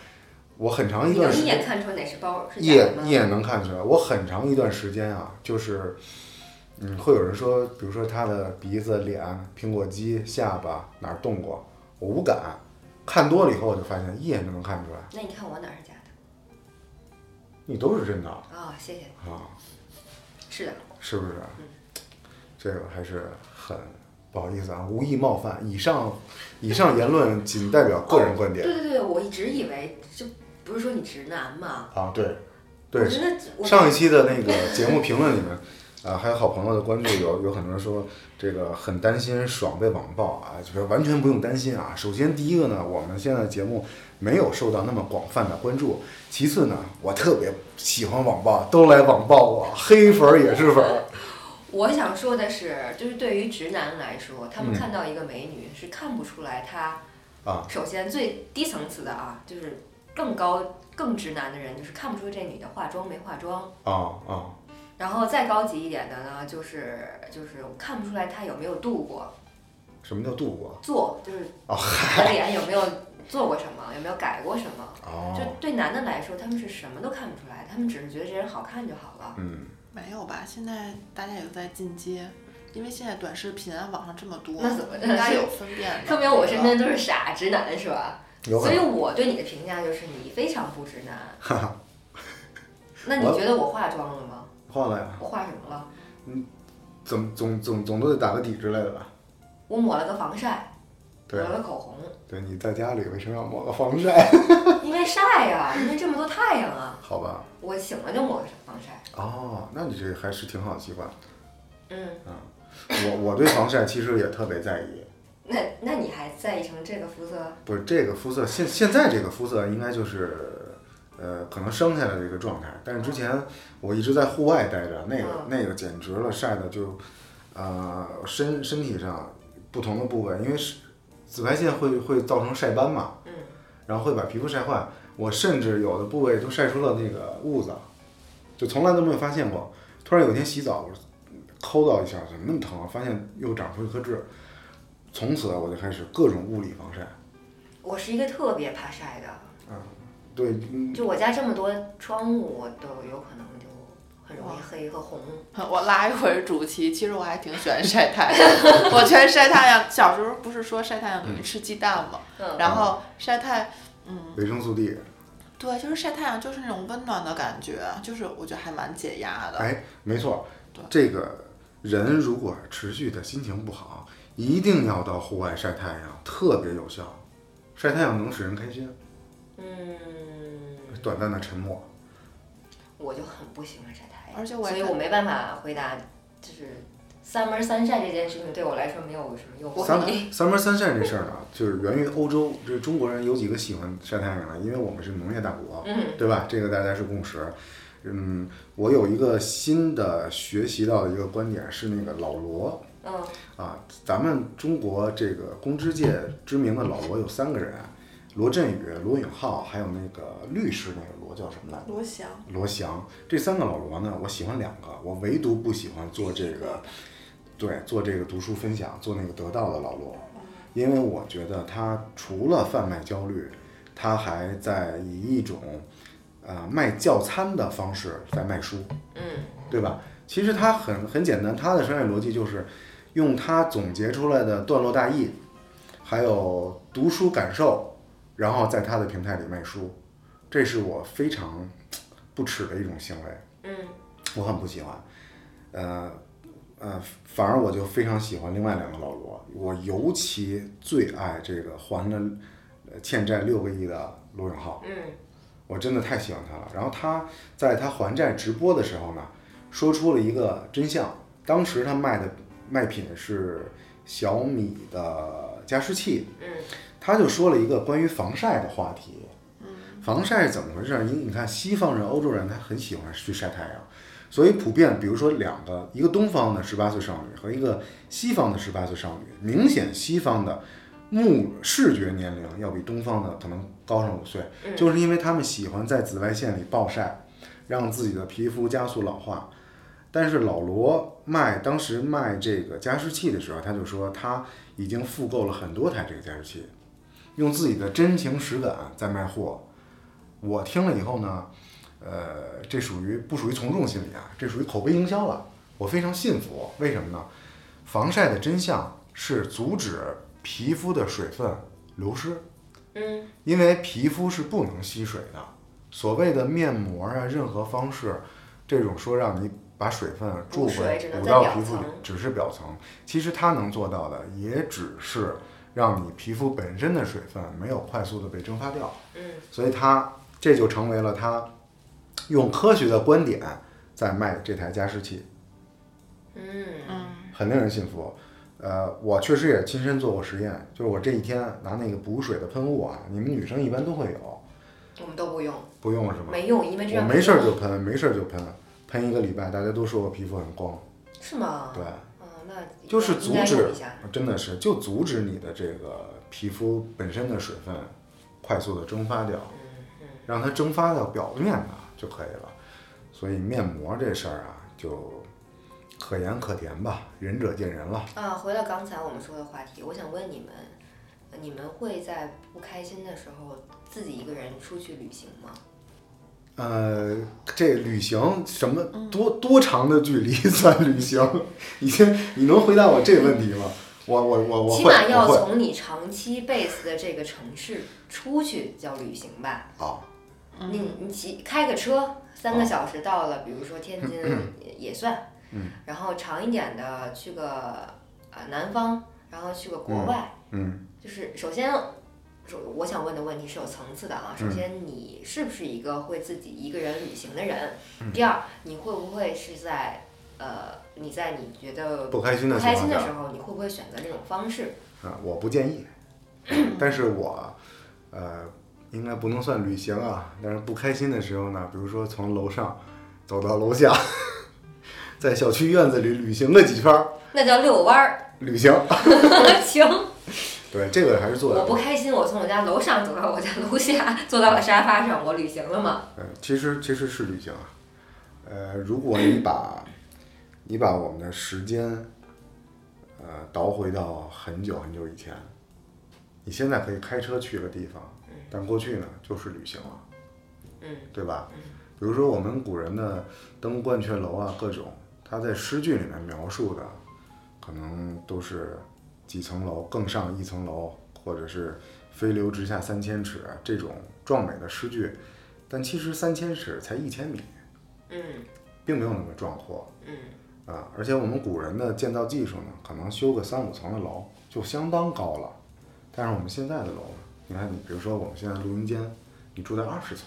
[SPEAKER 4] 我很长一
[SPEAKER 5] 你
[SPEAKER 4] 段
[SPEAKER 5] 能
[SPEAKER 4] 时
[SPEAKER 5] 一
[SPEAKER 4] 间
[SPEAKER 5] 眼看出哪是包是假
[SPEAKER 4] 也
[SPEAKER 5] 的吗？
[SPEAKER 4] 也能看出来。我很长一段时间啊，就是，嗯，会有人说，比如说他的鼻子、脸、苹果肌、下巴哪儿动过，我无感。看多了以后，我就发现一眼就能看出来，
[SPEAKER 5] 那你看我哪儿是假的？
[SPEAKER 4] 你都是真的
[SPEAKER 5] 啊、谢谢。
[SPEAKER 4] 啊，
[SPEAKER 5] 是的，嗯
[SPEAKER 4] 是不是？这个还是很不好意思啊，无意冒犯。以上以上言论仅代表个人观
[SPEAKER 5] 对
[SPEAKER 4] 点
[SPEAKER 5] 对对，我一直以为就不是说你直男嘛，
[SPEAKER 4] 啊，对，
[SPEAKER 5] 哦我
[SPEAKER 4] 对，
[SPEAKER 5] 觉得我
[SPEAKER 4] 上一期的那个节目评论里面，啊，还有好朋友的关注，有有很多人说这个很担心爽被网暴啊，就是完全不用担心啊。首先第一个呢，我们现在节目没有受到那么广泛的关注；其次呢，我特别喜欢网暴，都来网暴我，黑粉儿也是粉儿。
[SPEAKER 5] 我想说的是，就是对于直男来说，他们
[SPEAKER 4] 嗯
[SPEAKER 5] 看到一个美女是看不出来她
[SPEAKER 4] 啊，
[SPEAKER 5] 首先最低层次的啊，就是更高更直男的人，就是看不出这女的化妆没化妆。
[SPEAKER 4] 啊啊
[SPEAKER 5] 然后再高级一点的呢，就是就是看不出来她有没有度过
[SPEAKER 4] 什么叫度过？
[SPEAKER 5] 做，就是
[SPEAKER 4] 哦
[SPEAKER 5] 她脸有没有做过什么，有没有改过什么。就
[SPEAKER 4] 哦，
[SPEAKER 5] 对男的来说，他们是什么都看不出来，他们只是觉得这人好看就好了。
[SPEAKER 4] 嗯，
[SPEAKER 1] 没有吧？现在大家也都在进阶，因为现在短视频啊，网上这么多，
[SPEAKER 5] 那怎么
[SPEAKER 1] 应该 有分辨的。
[SPEAKER 5] 说明我身边都是傻直男是
[SPEAKER 4] 嗯
[SPEAKER 5] 吧？
[SPEAKER 4] 有可
[SPEAKER 5] 所以
[SPEAKER 4] 能。
[SPEAKER 5] 我对你的评价就是你非常不直男。
[SPEAKER 4] 哈哈，
[SPEAKER 5] 那你
[SPEAKER 4] 我
[SPEAKER 5] 觉得我化妆了吗？
[SPEAKER 4] 换了呀，
[SPEAKER 5] 我化什么了？
[SPEAKER 4] 总总总总都得打个底之类的吧？
[SPEAKER 5] 我抹了个防晒，抹
[SPEAKER 4] 对啊
[SPEAKER 5] 了个口红，
[SPEAKER 4] 对，你在家里为什么要抹个防晒？
[SPEAKER 5] 因为晒呀、因为这么多太阳啊，
[SPEAKER 4] 好吧，
[SPEAKER 5] 我醒了就抹个防晒。
[SPEAKER 4] 哦，那你这个还是挺好的习惯。
[SPEAKER 5] 嗯，
[SPEAKER 4] 我我对防晒其实也特别在意，
[SPEAKER 5] 那那你还在意成这个肤色？
[SPEAKER 4] 不是这个肤色，现现在这个肤色应该就是，呃，可能生下来这个状态。但是之前我一直在户外待着，那个
[SPEAKER 5] 嗯
[SPEAKER 4] 那个简直了，晒的就，呃，身身体上不同的部位，因为是紫外线会会造成晒斑嘛，
[SPEAKER 5] 嗯，
[SPEAKER 4] 然后会把皮肤晒坏。我甚至有的部位都晒出了那个痦子，就从来都没有发现过。突然有一天洗澡，我抠到一下，怎么那么疼啊？发现又长出一颗痣，从此我就开始各种物理防晒。
[SPEAKER 5] 我是一个特别怕晒的，
[SPEAKER 4] 对，嗯
[SPEAKER 5] 就我家这么多窗户，我都有可能就很容易黑和红。
[SPEAKER 1] 我拉一回主题，其实我还挺喜欢晒太阳。我觉得晒太阳，小时候不是说晒太阳等于吃鸡蛋吗？
[SPEAKER 5] 嗯，
[SPEAKER 1] 然后晒太，嗯，
[SPEAKER 4] 维生素 D。
[SPEAKER 1] 对，就是晒太阳，就是那种温暖的感觉，啊就是我觉得还蛮解压的。
[SPEAKER 4] 哎，没错
[SPEAKER 1] 对，
[SPEAKER 4] 这个人如果持续的心情不好，一定要到户外晒太阳，特别有效。晒太阳能使人开心。
[SPEAKER 5] 嗯，
[SPEAKER 4] 短暂的沉默，
[SPEAKER 5] 我就很不喜欢晒太阳，
[SPEAKER 1] 而且我也
[SPEAKER 5] 所以我没办法回答，就是三门三晒这件事情对我来说没有什么诱惑
[SPEAKER 4] 三
[SPEAKER 5] 力。
[SPEAKER 4] 三门三晒这事儿呢，就是源于欧洲，这中国人有几个喜欢晒太阳的，因为我们是农业大国，
[SPEAKER 5] 嗯
[SPEAKER 4] 对吧？这个大家是共识。嗯，我有一个新的学习到的一个观点是那个老罗，
[SPEAKER 5] 嗯
[SPEAKER 4] 啊，咱们中国这个公知界知名的老罗有三个人，罗振宇、罗永浩，还有那个律师那个罗叫什么来着？
[SPEAKER 1] 罗翔，
[SPEAKER 4] 罗翔。这三个老罗呢，我喜欢两个，我唯独不喜欢做这个，对，做这个读书分享，做那个得到的老罗，因为我觉得他除了贩卖焦虑，他还在以一种呃卖教餐的方式在卖书。
[SPEAKER 5] 嗯，
[SPEAKER 4] 对吧？其实它很很简单，它的商业逻辑就是用它总结出来的段落大意，还有读书感受，然后在它的平台里卖书，这是我非常不耻的一种行为，
[SPEAKER 5] 嗯，
[SPEAKER 4] 我很不喜欢。呃呃，反而我就非常喜欢另外两个老罗，我尤其最爱这个还了呃欠债六个亿的罗永浩。
[SPEAKER 5] 嗯，
[SPEAKER 4] 我真的太喜欢他了。然后他在他还债直播的时候呢，说出了一个真相。当时他卖的卖品是小米的加湿器，
[SPEAKER 5] 嗯，
[SPEAKER 4] 他就说了一个关于防晒的话题。防晒是怎么回事？因为你看西方人、欧洲人，他很喜欢去晒太阳，所以普遍，比如说两个，一个东方的十八岁少女和一个西方的十八岁少女，明显西方的目视觉年龄要比东方的可能高上五岁，就是因为他们喜欢在紫外线里暴晒，让自己的皮肤加速老化。但是老罗卖当时卖这个加湿器的时候，他就说他已经复购了很多台这个加湿器，用自己的真情实感在卖货。我听了以后呢，呃，这属于不属于从众心理啊？这属于口碑营销了。我非常信服，为什么呢？防晒的真相是阻止皮肤的水分流失。
[SPEAKER 5] 嗯，
[SPEAKER 4] 因为皮肤是不能吸水的。所谓的面膜啊，任何方式，这种说让你把水分注
[SPEAKER 5] 补水
[SPEAKER 4] 回
[SPEAKER 5] 只能
[SPEAKER 4] 补
[SPEAKER 5] 在
[SPEAKER 4] 到
[SPEAKER 5] 表
[SPEAKER 4] 皮肤里
[SPEAKER 5] 层，
[SPEAKER 4] 只是表层。其实它能做到的，也只是让你皮肤本身的水分没有快速的被蒸发掉。
[SPEAKER 5] 嗯，
[SPEAKER 4] 所以它这就成为了他用科学的观点在卖这台加湿器。
[SPEAKER 5] 嗯，
[SPEAKER 4] 很令人信服。呃，我确实也亲身做过实验，就是我这一天拿那个补水的喷雾啊，你们女生一般都会有，
[SPEAKER 5] 我们都不用，
[SPEAKER 4] 不用是吗？
[SPEAKER 5] 没用，因为这
[SPEAKER 4] 我
[SPEAKER 5] 样
[SPEAKER 4] 没事儿就喷，没事儿就喷，喷一个礼拜，大家都说我皮肤很光，
[SPEAKER 5] 是吗？
[SPEAKER 4] 对，
[SPEAKER 5] 嗯，那
[SPEAKER 4] 就是阻
[SPEAKER 5] 应该
[SPEAKER 4] 止
[SPEAKER 5] 用一下，
[SPEAKER 4] 真的是就阻止你的这个皮肤本身的水分快速的蒸发掉，
[SPEAKER 5] 嗯
[SPEAKER 4] 让它蒸发到表面的就可以了。所以面膜这事儿啊，就可盐可甜吧，仁者见仁了。
[SPEAKER 5] 啊，回到刚才我们说的话题，我想问你们，呃你们会在不开心的时候自己一个人出去旅行吗？
[SPEAKER 4] 呃，这旅行什么
[SPEAKER 5] 嗯
[SPEAKER 4] 多多长的距离 算旅行？已经你能回答我这问题吗？我我我我
[SPEAKER 5] 起
[SPEAKER 4] 会
[SPEAKER 5] 码要
[SPEAKER 4] 我会
[SPEAKER 5] 从你长期 base 的这个城市出去叫旅行吧。
[SPEAKER 4] 哦，
[SPEAKER 5] 你你骑开个车三个小时到了，比如说 天津也也算，
[SPEAKER 4] 嗯
[SPEAKER 5] 然后长一点的去个呃南方，然后去个国外，
[SPEAKER 4] 嗯
[SPEAKER 5] 就是首先，首我想问的问题是有层次的
[SPEAKER 4] 嗯
[SPEAKER 5] 啊。首先，你是不是一个会自己一个人旅行的人？
[SPEAKER 4] 嗯
[SPEAKER 5] 第二，你会不会是在呃你在你觉得
[SPEAKER 4] 不开心
[SPEAKER 5] 不
[SPEAKER 4] 的情
[SPEAKER 5] 开
[SPEAKER 4] 况
[SPEAKER 5] 心
[SPEAKER 4] 下
[SPEAKER 5] 的时候，你会不会选择这种方式？
[SPEAKER 4] 啊，我不建 议，但是我呃应该不能算旅行啊，但是不开心的时候呢，比如说从楼上走到楼下， 在小区院子里旅行了几圈儿，
[SPEAKER 5] 那叫遛弯 儿。
[SPEAKER 4] 旅行，
[SPEAKER 5] 行，
[SPEAKER 4] 对这个还是做
[SPEAKER 5] 我
[SPEAKER 4] 的
[SPEAKER 5] 不开心，我从我家楼上走到我家楼下，坐到了沙发上，我旅行了嘛。
[SPEAKER 4] 嗯，其实其实是旅行啊。呃，如果你把你把我们的时间，呃，倒回到很久很久以前，你现在可以开车去个地方，但过去呢就是旅行了，
[SPEAKER 5] 嗯，
[SPEAKER 4] 对吧？比如说我们古人的登鹳雀楼啊，各种，他在诗句里面描述的，可能都是几层楼更上一层楼，或者是飞流直下三千尺这种壮美的诗句。但其实三千尺才一千米，
[SPEAKER 5] 嗯
[SPEAKER 4] 并没有那么壮阔
[SPEAKER 5] 嗯
[SPEAKER 4] 啊。而且我们古人的建造技术呢，可能修个三五层的楼就相当高了。但是我们现在的楼呢，你看你，比如说我们现在录音间，你住在二十层，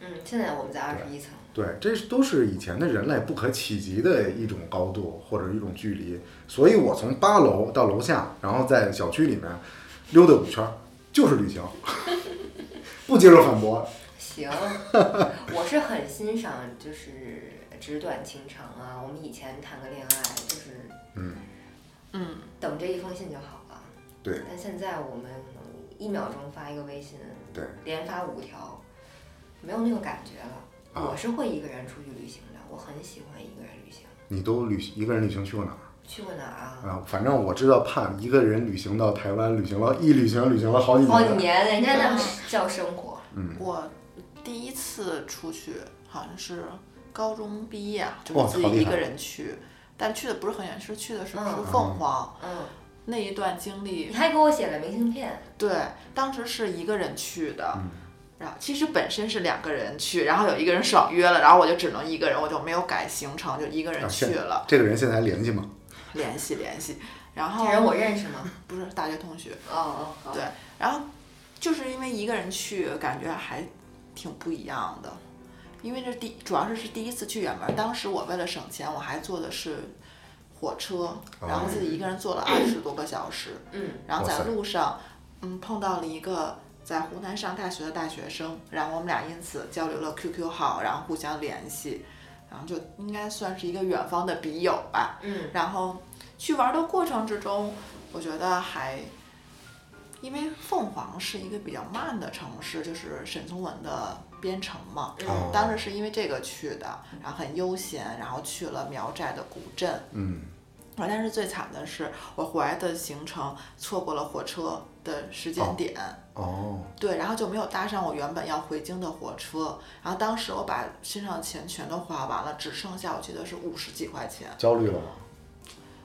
[SPEAKER 5] 嗯，现在我们在二十一层。
[SPEAKER 4] 对，这是都是以前的人类不可企及的一种高度或者一种距离。所以我从八楼到楼下，然后在小区里面溜达五圈儿，就是旅行， 不接受反驳。
[SPEAKER 5] 行，我是很欣赏，就是纸短情长啊。我们以前谈个恋爱，就是
[SPEAKER 4] 嗯
[SPEAKER 1] 嗯，
[SPEAKER 5] 等这一封信就好了。
[SPEAKER 4] 对
[SPEAKER 5] 但现在我们可能一秒钟发一个微信，
[SPEAKER 4] 对，
[SPEAKER 5] 连发五条，没有那个感觉了。
[SPEAKER 4] 啊
[SPEAKER 5] 我是会一个人出去旅行的，我很喜欢一个人旅行。
[SPEAKER 4] 你都旅一个人旅行去过哪儿？
[SPEAKER 5] 去过哪儿啊？
[SPEAKER 4] 啊，反正我知道，怕一个人旅行到台湾，旅行了一旅行，旅行了好几
[SPEAKER 5] 好几
[SPEAKER 4] 年。
[SPEAKER 5] 年，人家那叫生活。
[SPEAKER 1] 我第一次出去好像是高中毕业啊，就
[SPEAKER 4] 哇
[SPEAKER 1] 是自
[SPEAKER 4] 好厉
[SPEAKER 1] 己一
[SPEAKER 4] 害哦
[SPEAKER 1] 个人去，但去的不是很远，是去的是
[SPEAKER 5] 嗯
[SPEAKER 1] 是凤凰
[SPEAKER 5] 嗯，
[SPEAKER 1] 那一段经历
[SPEAKER 5] 你。还给我写了明信片，
[SPEAKER 1] 对，当时是一个人去的。
[SPEAKER 4] 嗯
[SPEAKER 1] 然后其实本身是两个人去，然后有一个人爽约了，然后我就只能一个人，我就没有改行程，就一个人
[SPEAKER 4] 啊
[SPEAKER 1] 去
[SPEAKER 4] 现
[SPEAKER 1] 了，
[SPEAKER 4] 这个人现在还联系吗？
[SPEAKER 1] 联系联系。然
[SPEAKER 5] 这
[SPEAKER 1] 后
[SPEAKER 5] 人我认识吗？
[SPEAKER 1] 不是大学同学，
[SPEAKER 5] 哦哦，哦
[SPEAKER 1] 对然后就是因为一个人去，感觉还挺不一样的，因为这第主要是是第一次去远门儿，当时我为了省钱，我还坐的是火车，然后自己一个人坐了二十多个小时，
[SPEAKER 5] 嗯，
[SPEAKER 1] 然后
[SPEAKER 4] 哦哇塞
[SPEAKER 1] 在路上，嗯，碰到了一个在湖南上大学的大学生，然后我们俩因此交流了 QQ 号，然后互相联系，然后就应该算是一个远方的笔友吧，
[SPEAKER 5] 嗯
[SPEAKER 1] 然后去玩的过程之中，我觉得还，因为凤凰是一个比较慢的城市，就是沈从文的编程嘛。
[SPEAKER 4] 哦
[SPEAKER 1] 当时是因为这个去的，然后很悠闲，然后去了苗寨的古镇。
[SPEAKER 4] 嗯，
[SPEAKER 1] 啊，但是最惨的是，我回来的行程错过了火车的时间
[SPEAKER 4] 哦
[SPEAKER 1] 点。
[SPEAKER 4] 哦，
[SPEAKER 1] 对，然后就没有搭上我原本要回京的火车，然后当时我把身上的钱全都花完了，只剩下我记得是五十几块钱，
[SPEAKER 4] 焦虑了吗？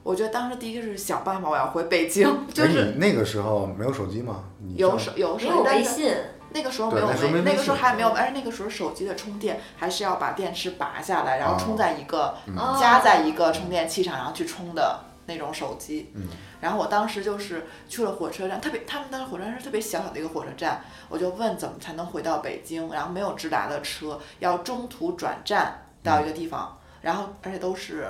[SPEAKER 1] 我觉得当时第一个是想办法我要回北京，就
[SPEAKER 4] 哎
[SPEAKER 1] 是
[SPEAKER 4] 你那个时候没有手机吗？你
[SPEAKER 1] 有
[SPEAKER 4] 上
[SPEAKER 1] 手有
[SPEAKER 5] 没
[SPEAKER 1] 手
[SPEAKER 5] 有
[SPEAKER 1] 机，但
[SPEAKER 5] 微
[SPEAKER 1] 是
[SPEAKER 5] 信，
[SPEAKER 1] 那个时候
[SPEAKER 4] 对
[SPEAKER 1] 没有
[SPEAKER 4] 那时候没
[SPEAKER 1] 微，那
[SPEAKER 4] 微
[SPEAKER 1] 个时候
[SPEAKER 4] 信嗯
[SPEAKER 1] 还没有，而且那个时候手机的充电还是要把电池拔下来，然后
[SPEAKER 4] 啊
[SPEAKER 1] 充在一个
[SPEAKER 5] 哦
[SPEAKER 1] 加在一个充电器上，然后去充的那种手机。
[SPEAKER 4] 嗯
[SPEAKER 1] 然后我当时就是去了火车站，特别他们当时火车站是特别小小的一个火车站，我就问怎么才能回到北京，然后没有直达的
[SPEAKER 4] 嗯
[SPEAKER 1] 车，要中途转站到一个地方，然后而且都是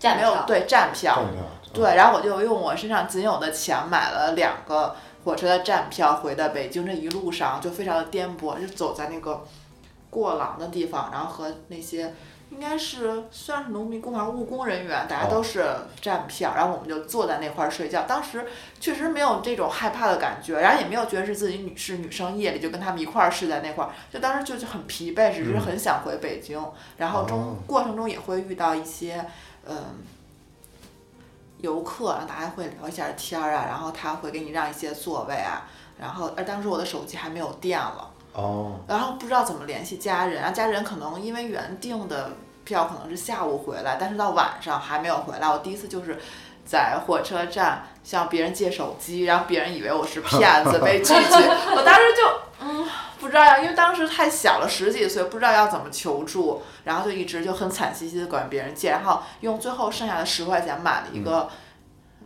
[SPEAKER 5] 站
[SPEAKER 1] 没有
[SPEAKER 5] 票，
[SPEAKER 1] 对站票，
[SPEAKER 4] 站票，
[SPEAKER 1] 对，然后我就用我身上仅有的钱买了两个火车的站票，回的北京。这一路上就非常的颠簸，就走在那个过廊的地方，然后和那些应该是算是农民工还是务工人员，
[SPEAKER 4] 哦
[SPEAKER 1] 大家都是站票，然后我们就坐在那块儿睡觉。当时确实没有这种害怕的感觉，然后也没有觉得是自己女是女生，夜里就跟他们一块儿睡在那块儿，就当时就就很疲惫，只是
[SPEAKER 4] 嗯
[SPEAKER 1] 很想回北京。然后中、
[SPEAKER 4] 哦
[SPEAKER 1] 过程中也会遇到一些，嗯。游客，然后大家会聊一下天儿啊，然后他会给你让一些座位啊，然后而当时我的手机还没有电了，
[SPEAKER 4] 哦，
[SPEAKER 1] 然后不知道怎么联系家人，然后家人可能因为原定的票可能是下午回来，但是到晚上还没有回来。我第一次就是在火车站向别人借手机，然后别人以为我是骗子被拒绝，我当时就嗯不知道呀，因为当时太小了，十几岁不知道要怎么求助，然后就一直就很惨兮兮的管别人借，然后用最后剩下的十块钱买了一个。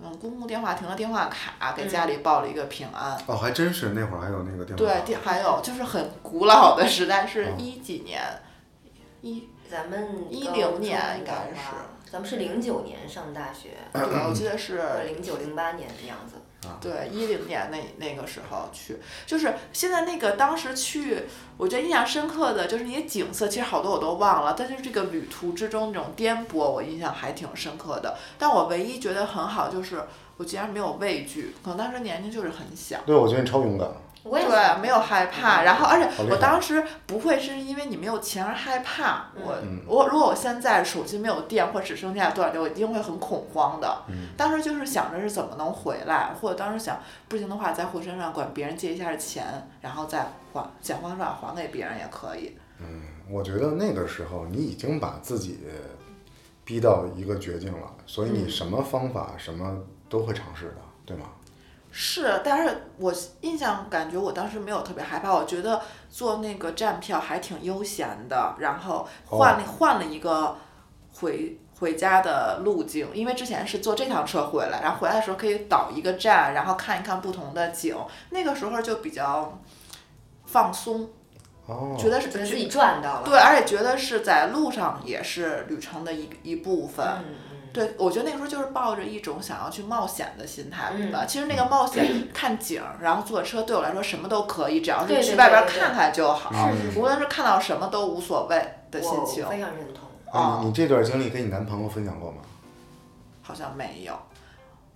[SPEAKER 1] 嗯，公共电话亭的电话卡给家里报了一个平安，
[SPEAKER 4] 哦，还真是那会儿还有那个电啊话
[SPEAKER 1] 对，第还有就是很古老的时代，是
[SPEAKER 4] 嗯
[SPEAKER 1] 一几 年，一
[SPEAKER 5] 咱们
[SPEAKER 1] 10
[SPEAKER 5] 高
[SPEAKER 1] 年
[SPEAKER 5] 中
[SPEAKER 1] 应该
[SPEAKER 5] 吧
[SPEAKER 1] 是
[SPEAKER 5] 咱们是零九年上大学，
[SPEAKER 1] 对，我记得是
[SPEAKER 4] 啊
[SPEAKER 5] 或者零九零八年的样子。
[SPEAKER 1] 对一零年那那个时候去，就是现在那个当时去，我觉得印象深刻的就是那些景色，其实好多我都忘了，但是这个旅途之中那种颠簸，我印象还挺深刻的。但我唯一觉得很好就是我竟然没有畏惧，可能当时年龄就是很小。
[SPEAKER 4] 对，我觉得你超勇敢。
[SPEAKER 5] 我也
[SPEAKER 1] 对，没有害
[SPEAKER 5] 嗯
[SPEAKER 1] 怕。然后，而
[SPEAKER 4] 好
[SPEAKER 1] 且
[SPEAKER 4] 厉害
[SPEAKER 1] 我当时不会是因为你没有钱而害怕。我
[SPEAKER 4] 嗯
[SPEAKER 1] 我如果我现在手机没有电或只剩下多少电，我一定会很恐慌的。
[SPEAKER 4] 嗯
[SPEAKER 1] 当时就是想着是怎么能回来，或者当时想不行的话，在火车上管别人借一下钱，然后再还想方设法还给别人也可以。
[SPEAKER 4] 我觉得那个时候你已经把自己逼到一个绝境了，所以你
[SPEAKER 1] 嗯
[SPEAKER 4] 什么方法、什么都会尝试的，对吗？
[SPEAKER 1] 是，但是我印象感觉我当时没有特别害怕，我觉得坐那个站票还挺悠闲的，然后换了、换了一个回回家的路径，因为之前是坐这趟车回来，然后回来的时候可以倒一个站，然后看一看不同的景，那个时候就比较放松，
[SPEAKER 4] 哦，
[SPEAKER 1] 觉得是
[SPEAKER 5] 觉得自己赚到了。
[SPEAKER 1] 对，而且觉得是在路上也是旅程的一一部分。
[SPEAKER 5] 嗯，嗯
[SPEAKER 1] 对，我觉得那个时候就是抱着一种想要去冒险的心态
[SPEAKER 5] 嗯
[SPEAKER 1] 吧。其实那个冒 险，看景儿，然后坐车，对我来说什么都可以，只要
[SPEAKER 5] 对
[SPEAKER 1] 是去
[SPEAKER 5] 对
[SPEAKER 1] 外
[SPEAKER 5] 对
[SPEAKER 1] 边
[SPEAKER 5] 对对
[SPEAKER 1] 看看就好
[SPEAKER 5] 是是，是
[SPEAKER 1] 无论是看到什么都无所谓的心
[SPEAKER 5] 我
[SPEAKER 1] 情
[SPEAKER 5] 非常认同。
[SPEAKER 1] 啊
[SPEAKER 4] 哎。你你这段经历跟你男朋友分享过吗？
[SPEAKER 1] 好像没有，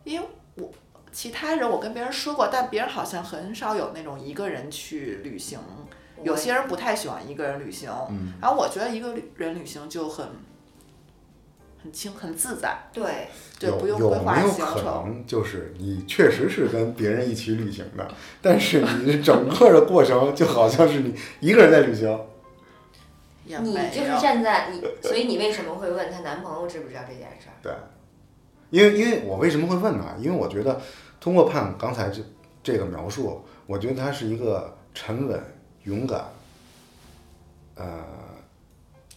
[SPEAKER 1] 因为我其他人我跟别人说过，但别人好像很少有那种一个人去旅行，有
[SPEAKER 5] 我
[SPEAKER 1] 些人不太喜欢一个人旅行，
[SPEAKER 4] 嗯
[SPEAKER 1] 然后我觉得一个旅人旅行就很很轻很自在，
[SPEAKER 5] 对，
[SPEAKER 1] 对，
[SPEAKER 4] 有
[SPEAKER 1] 不用
[SPEAKER 4] 有
[SPEAKER 1] 规划
[SPEAKER 4] 没有
[SPEAKER 1] 行
[SPEAKER 4] 可
[SPEAKER 1] 程。
[SPEAKER 4] 能就是你确实是跟别人一起旅行的，但是你整个的过程就好像是你一个人在旅行。
[SPEAKER 1] 也
[SPEAKER 5] 你
[SPEAKER 1] 没
[SPEAKER 5] 就是
[SPEAKER 1] 有
[SPEAKER 5] 站在你，所以你为什么会问她男朋友知不知道这件事儿？
[SPEAKER 4] 对，因为因为我为什么会问呢？因为我觉得通过盼刚才这这个描述，我觉得他是一个沉稳、勇敢，呃，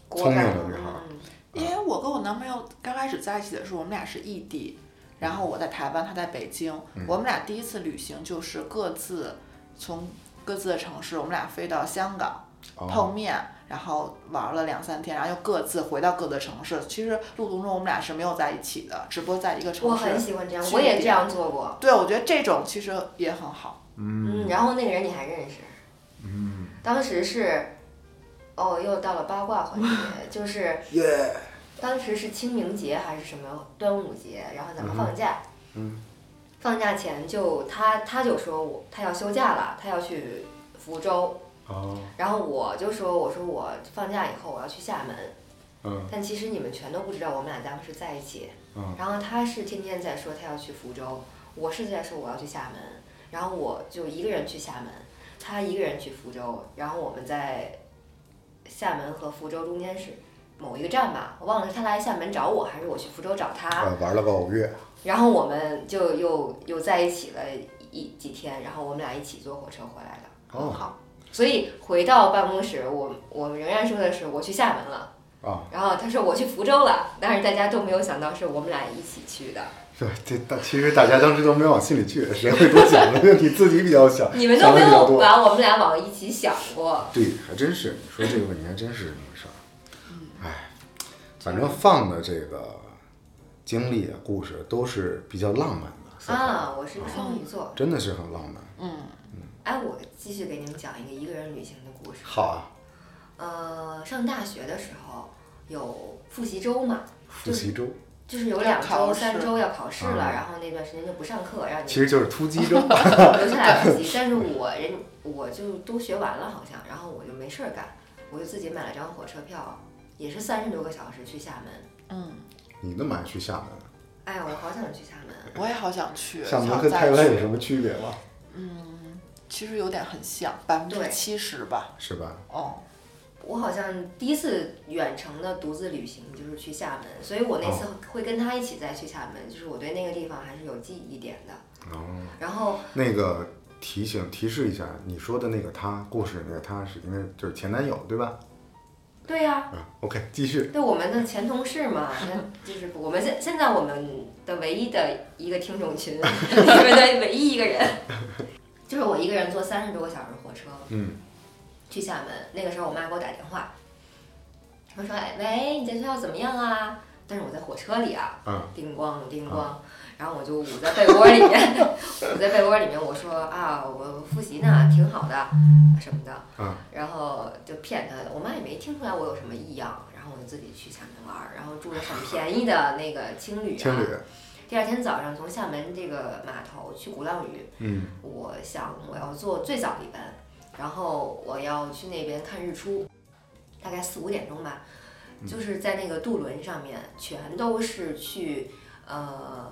[SPEAKER 5] 果敢
[SPEAKER 4] 聪明的女孩儿
[SPEAKER 5] 嗯
[SPEAKER 1] 因为我跟我男朋友刚开始在一起的时候，我们俩是异地，然后我在台湾，他在北京，我们俩第一次旅行就是各自从各自的城市，我们俩飞到香港
[SPEAKER 4] 哦，
[SPEAKER 1] 碰面，然后玩了两三天，然后又各自回到各自的城市。其实路途中我们俩是没有在一起的，只不过在一个
[SPEAKER 5] 我
[SPEAKER 1] 城
[SPEAKER 5] 很
[SPEAKER 1] 市。
[SPEAKER 5] 喜欢这样，
[SPEAKER 1] 去
[SPEAKER 5] 我也
[SPEAKER 1] 一
[SPEAKER 5] 这
[SPEAKER 1] 点
[SPEAKER 5] 样做过。
[SPEAKER 1] 对，我觉得这种其实也很好。
[SPEAKER 5] 嗯，然后那个人你还认识？嗯，当时是，哦，又到了八卦环节，就是
[SPEAKER 4] 耶，
[SPEAKER 5] 当时是清明节还是什么端午节，然后咱们放假。嗯。放假前就他他就说我他要休假了，他要去福州，
[SPEAKER 4] 哦，
[SPEAKER 5] 然后我就说我说我放假以后我要去厦门，
[SPEAKER 4] 嗯
[SPEAKER 5] 但其实你们全都不知道我们俩当时在一起。
[SPEAKER 4] 嗯，
[SPEAKER 5] 然后他是天天在说他要去福州，我是在说我要去厦门，然后我就一个人去厦门，他一个人去福州，然后我们在厦门和福州中间是某一个站吧，我忘了是他来厦门找我，还是我去福州找他，
[SPEAKER 4] 呃，玩了个五月，
[SPEAKER 5] 然后我们就又又在一起了一几天，然后我们俩一起坐火车回来的，很
[SPEAKER 4] 哦，
[SPEAKER 5] 好。所以回到办公室，我我们仍然说的是我去厦门了，
[SPEAKER 4] 啊，
[SPEAKER 5] 然后他说我去福州了，但是大家都没有想到是我们俩一起去的。
[SPEAKER 4] 对，这大其实大家当时都没往心里去，谁会多想呢？就 你自己比较想，
[SPEAKER 5] 你们都
[SPEAKER 4] 想的
[SPEAKER 5] 没
[SPEAKER 4] 比较
[SPEAKER 5] 有
[SPEAKER 4] 多。
[SPEAKER 5] 把我们俩往一起想过。
[SPEAKER 4] 对，还真是，你说这个问题还真是这么回事儿。哎，反正放的这个经历、啊故事都是比较浪漫的色彩，
[SPEAKER 5] 啊，我是双鱼座。
[SPEAKER 4] 真的是很浪漫。
[SPEAKER 1] 嗯，
[SPEAKER 5] 哎，我继续给你们讲一个一个人旅行的故事。
[SPEAKER 4] 好啊，
[SPEAKER 5] 呃，上大学的时候有复习周嘛，
[SPEAKER 4] 复习周
[SPEAKER 5] 就是有两
[SPEAKER 1] 考
[SPEAKER 5] 周、
[SPEAKER 1] 试
[SPEAKER 5] 三周要考试了，
[SPEAKER 4] 嗯
[SPEAKER 5] 然后那段时间就不上课，让你
[SPEAKER 4] 其实就是突击周。
[SPEAKER 5] 留下来复习。但是我人我就都学完了好像，然后我就没事儿干，我就自己买了张火车票，也是三十多个小时去厦门。
[SPEAKER 1] 嗯，
[SPEAKER 4] 你那么爱去厦门，
[SPEAKER 5] 哎呀，我好想去厦门。
[SPEAKER 1] 我也好想去，
[SPEAKER 4] 厦门
[SPEAKER 1] 想
[SPEAKER 4] 跟
[SPEAKER 1] 再
[SPEAKER 4] 台湾有
[SPEAKER 1] 去
[SPEAKER 4] 什么区别吗？
[SPEAKER 1] 其实有点很像，百分之
[SPEAKER 5] 对
[SPEAKER 1] 七十吧。
[SPEAKER 4] 是吧？
[SPEAKER 1] 哦，
[SPEAKER 5] 我好像第一次远程的独自旅行就是去厦门，所以我那
[SPEAKER 4] 哦
[SPEAKER 5] 次会跟他一起再去厦门，就是我对那个地方还是有记忆点的。
[SPEAKER 4] 哦，
[SPEAKER 5] 然后
[SPEAKER 4] 那个提醒提示一下，你说的那个他，故事里那个他是因为就是前男友对吧？
[SPEAKER 5] 对呀、
[SPEAKER 4] 啊，OK，继续。
[SPEAKER 5] 对我们的前同事嘛，那就是我们现现在我们的唯一的一个听众群， 你们的唯一一个人，就是我一个人坐三十多个小时火车
[SPEAKER 4] 嗯，
[SPEAKER 5] 去厦门。那个时候我妈给我打电话，她说：“哎，喂，你在学校怎么样啊？”但是我在火车里啊，
[SPEAKER 4] 嗯
[SPEAKER 5] 叮咣叮咣，然后我就捂在被窝里面， 捂在被窝里面，我说啊，我复习呢，挺好的，什么的，
[SPEAKER 4] 嗯
[SPEAKER 5] 然后就骗他，我妈也没听出来我有什么异样，然后我就自己去厦门玩儿，然后住的很便宜的那个青旅啊，
[SPEAKER 4] 情侣，
[SPEAKER 5] 第二天早上从厦门这个码头去鼓浪屿，
[SPEAKER 4] 嗯，
[SPEAKER 5] 我想我要坐最早的一班，然后我要去那边看日出，大概四五点钟吧，就是在那个渡轮上面，全都是去呃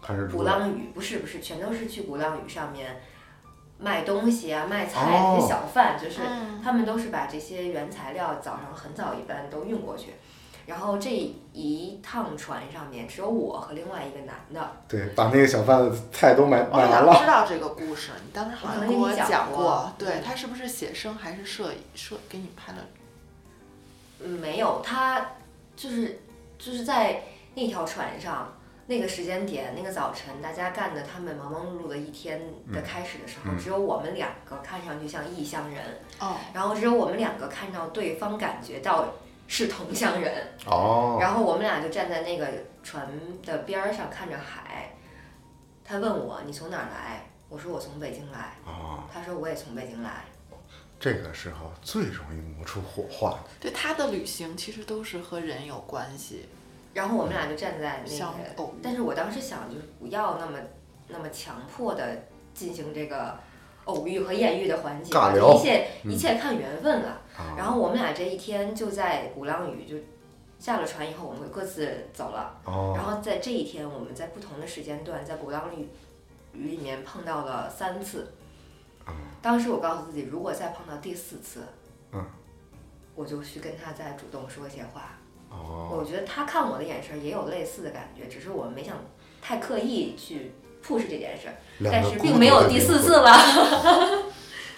[SPEAKER 4] 还是
[SPEAKER 5] 鼓
[SPEAKER 4] 主
[SPEAKER 5] 浪屿，不是不是，全都是去鼓浪屿上面卖东西啊、卖菜
[SPEAKER 4] 哦
[SPEAKER 5] 那些小贩，就是
[SPEAKER 1] 嗯
[SPEAKER 5] 他们都是把这些原材料早上很早一般都运过去。然后这一趟船上面只有我和另外一个男的，
[SPEAKER 4] 对，把那个小贩的菜都买
[SPEAKER 1] 我
[SPEAKER 4] 买完
[SPEAKER 1] 好像
[SPEAKER 4] 了。
[SPEAKER 1] 知道这个故事，你当时好像跟
[SPEAKER 5] 我可能跟你
[SPEAKER 1] 讲
[SPEAKER 5] 讲
[SPEAKER 1] 过
[SPEAKER 5] 过。
[SPEAKER 1] 对他是不是写生还是摄影摄给你拍了？
[SPEAKER 5] 嗯没有他，就是就是在那条船上那个时间点那个早晨，大家干的他们忙忙碌碌的一天的开始的时候，
[SPEAKER 4] 嗯
[SPEAKER 5] 只有我们两个看上去像异乡人，
[SPEAKER 1] 哦，
[SPEAKER 5] 然后只有我们两个看到对方，感觉到是同乡人。
[SPEAKER 4] 哦，
[SPEAKER 5] 然后我们俩就站在那个船的边儿上看着海。他问我你从哪儿来？我说我从北京来。
[SPEAKER 4] 哦，
[SPEAKER 5] 他说我也从北京来。
[SPEAKER 4] 这个时候最容易磨出火花。
[SPEAKER 1] 对，他的旅行其实都是和人有关系。
[SPEAKER 5] 然后我们俩就站在那
[SPEAKER 1] 相
[SPEAKER 5] 个
[SPEAKER 1] 偶，
[SPEAKER 5] 但是我当时想就是不要那么那么强迫的进行这个偶遇和艳遇的环节，
[SPEAKER 4] 尬
[SPEAKER 5] 就
[SPEAKER 4] 聊
[SPEAKER 5] 一切
[SPEAKER 4] 嗯
[SPEAKER 5] 一切看缘分了。
[SPEAKER 4] 啊
[SPEAKER 5] 然后我们俩这一天就在鼓浪屿就下了船以后，我们各自走了。然
[SPEAKER 4] 哦，
[SPEAKER 5] 后在这一天，我们在不同的时间段，在鼓浪屿里面碰到了三次。
[SPEAKER 4] 啊
[SPEAKER 5] 当时我告诉自己，如果再碰到第四次，
[SPEAKER 4] 嗯，
[SPEAKER 5] 我就去跟他再主动说一些话。
[SPEAKER 4] 哦，
[SPEAKER 5] 我觉得他看我的眼神也有类似的感觉，只是我没想太刻意去 push 这件事，
[SPEAKER 4] 两
[SPEAKER 5] 但
[SPEAKER 4] 个
[SPEAKER 5] 是
[SPEAKER 4] 孤
[SPEAKER 5] 并
[SPEAKER 4] 独
[SPEAKER 5] 没有
[SPEAKER 4] 的
[SPEAKER 5] 第
[SPEAKER 4] 灵
[SPEAKER 5] 四
[SPEAKER 4] 魂
[SPEAKER 5] 次了。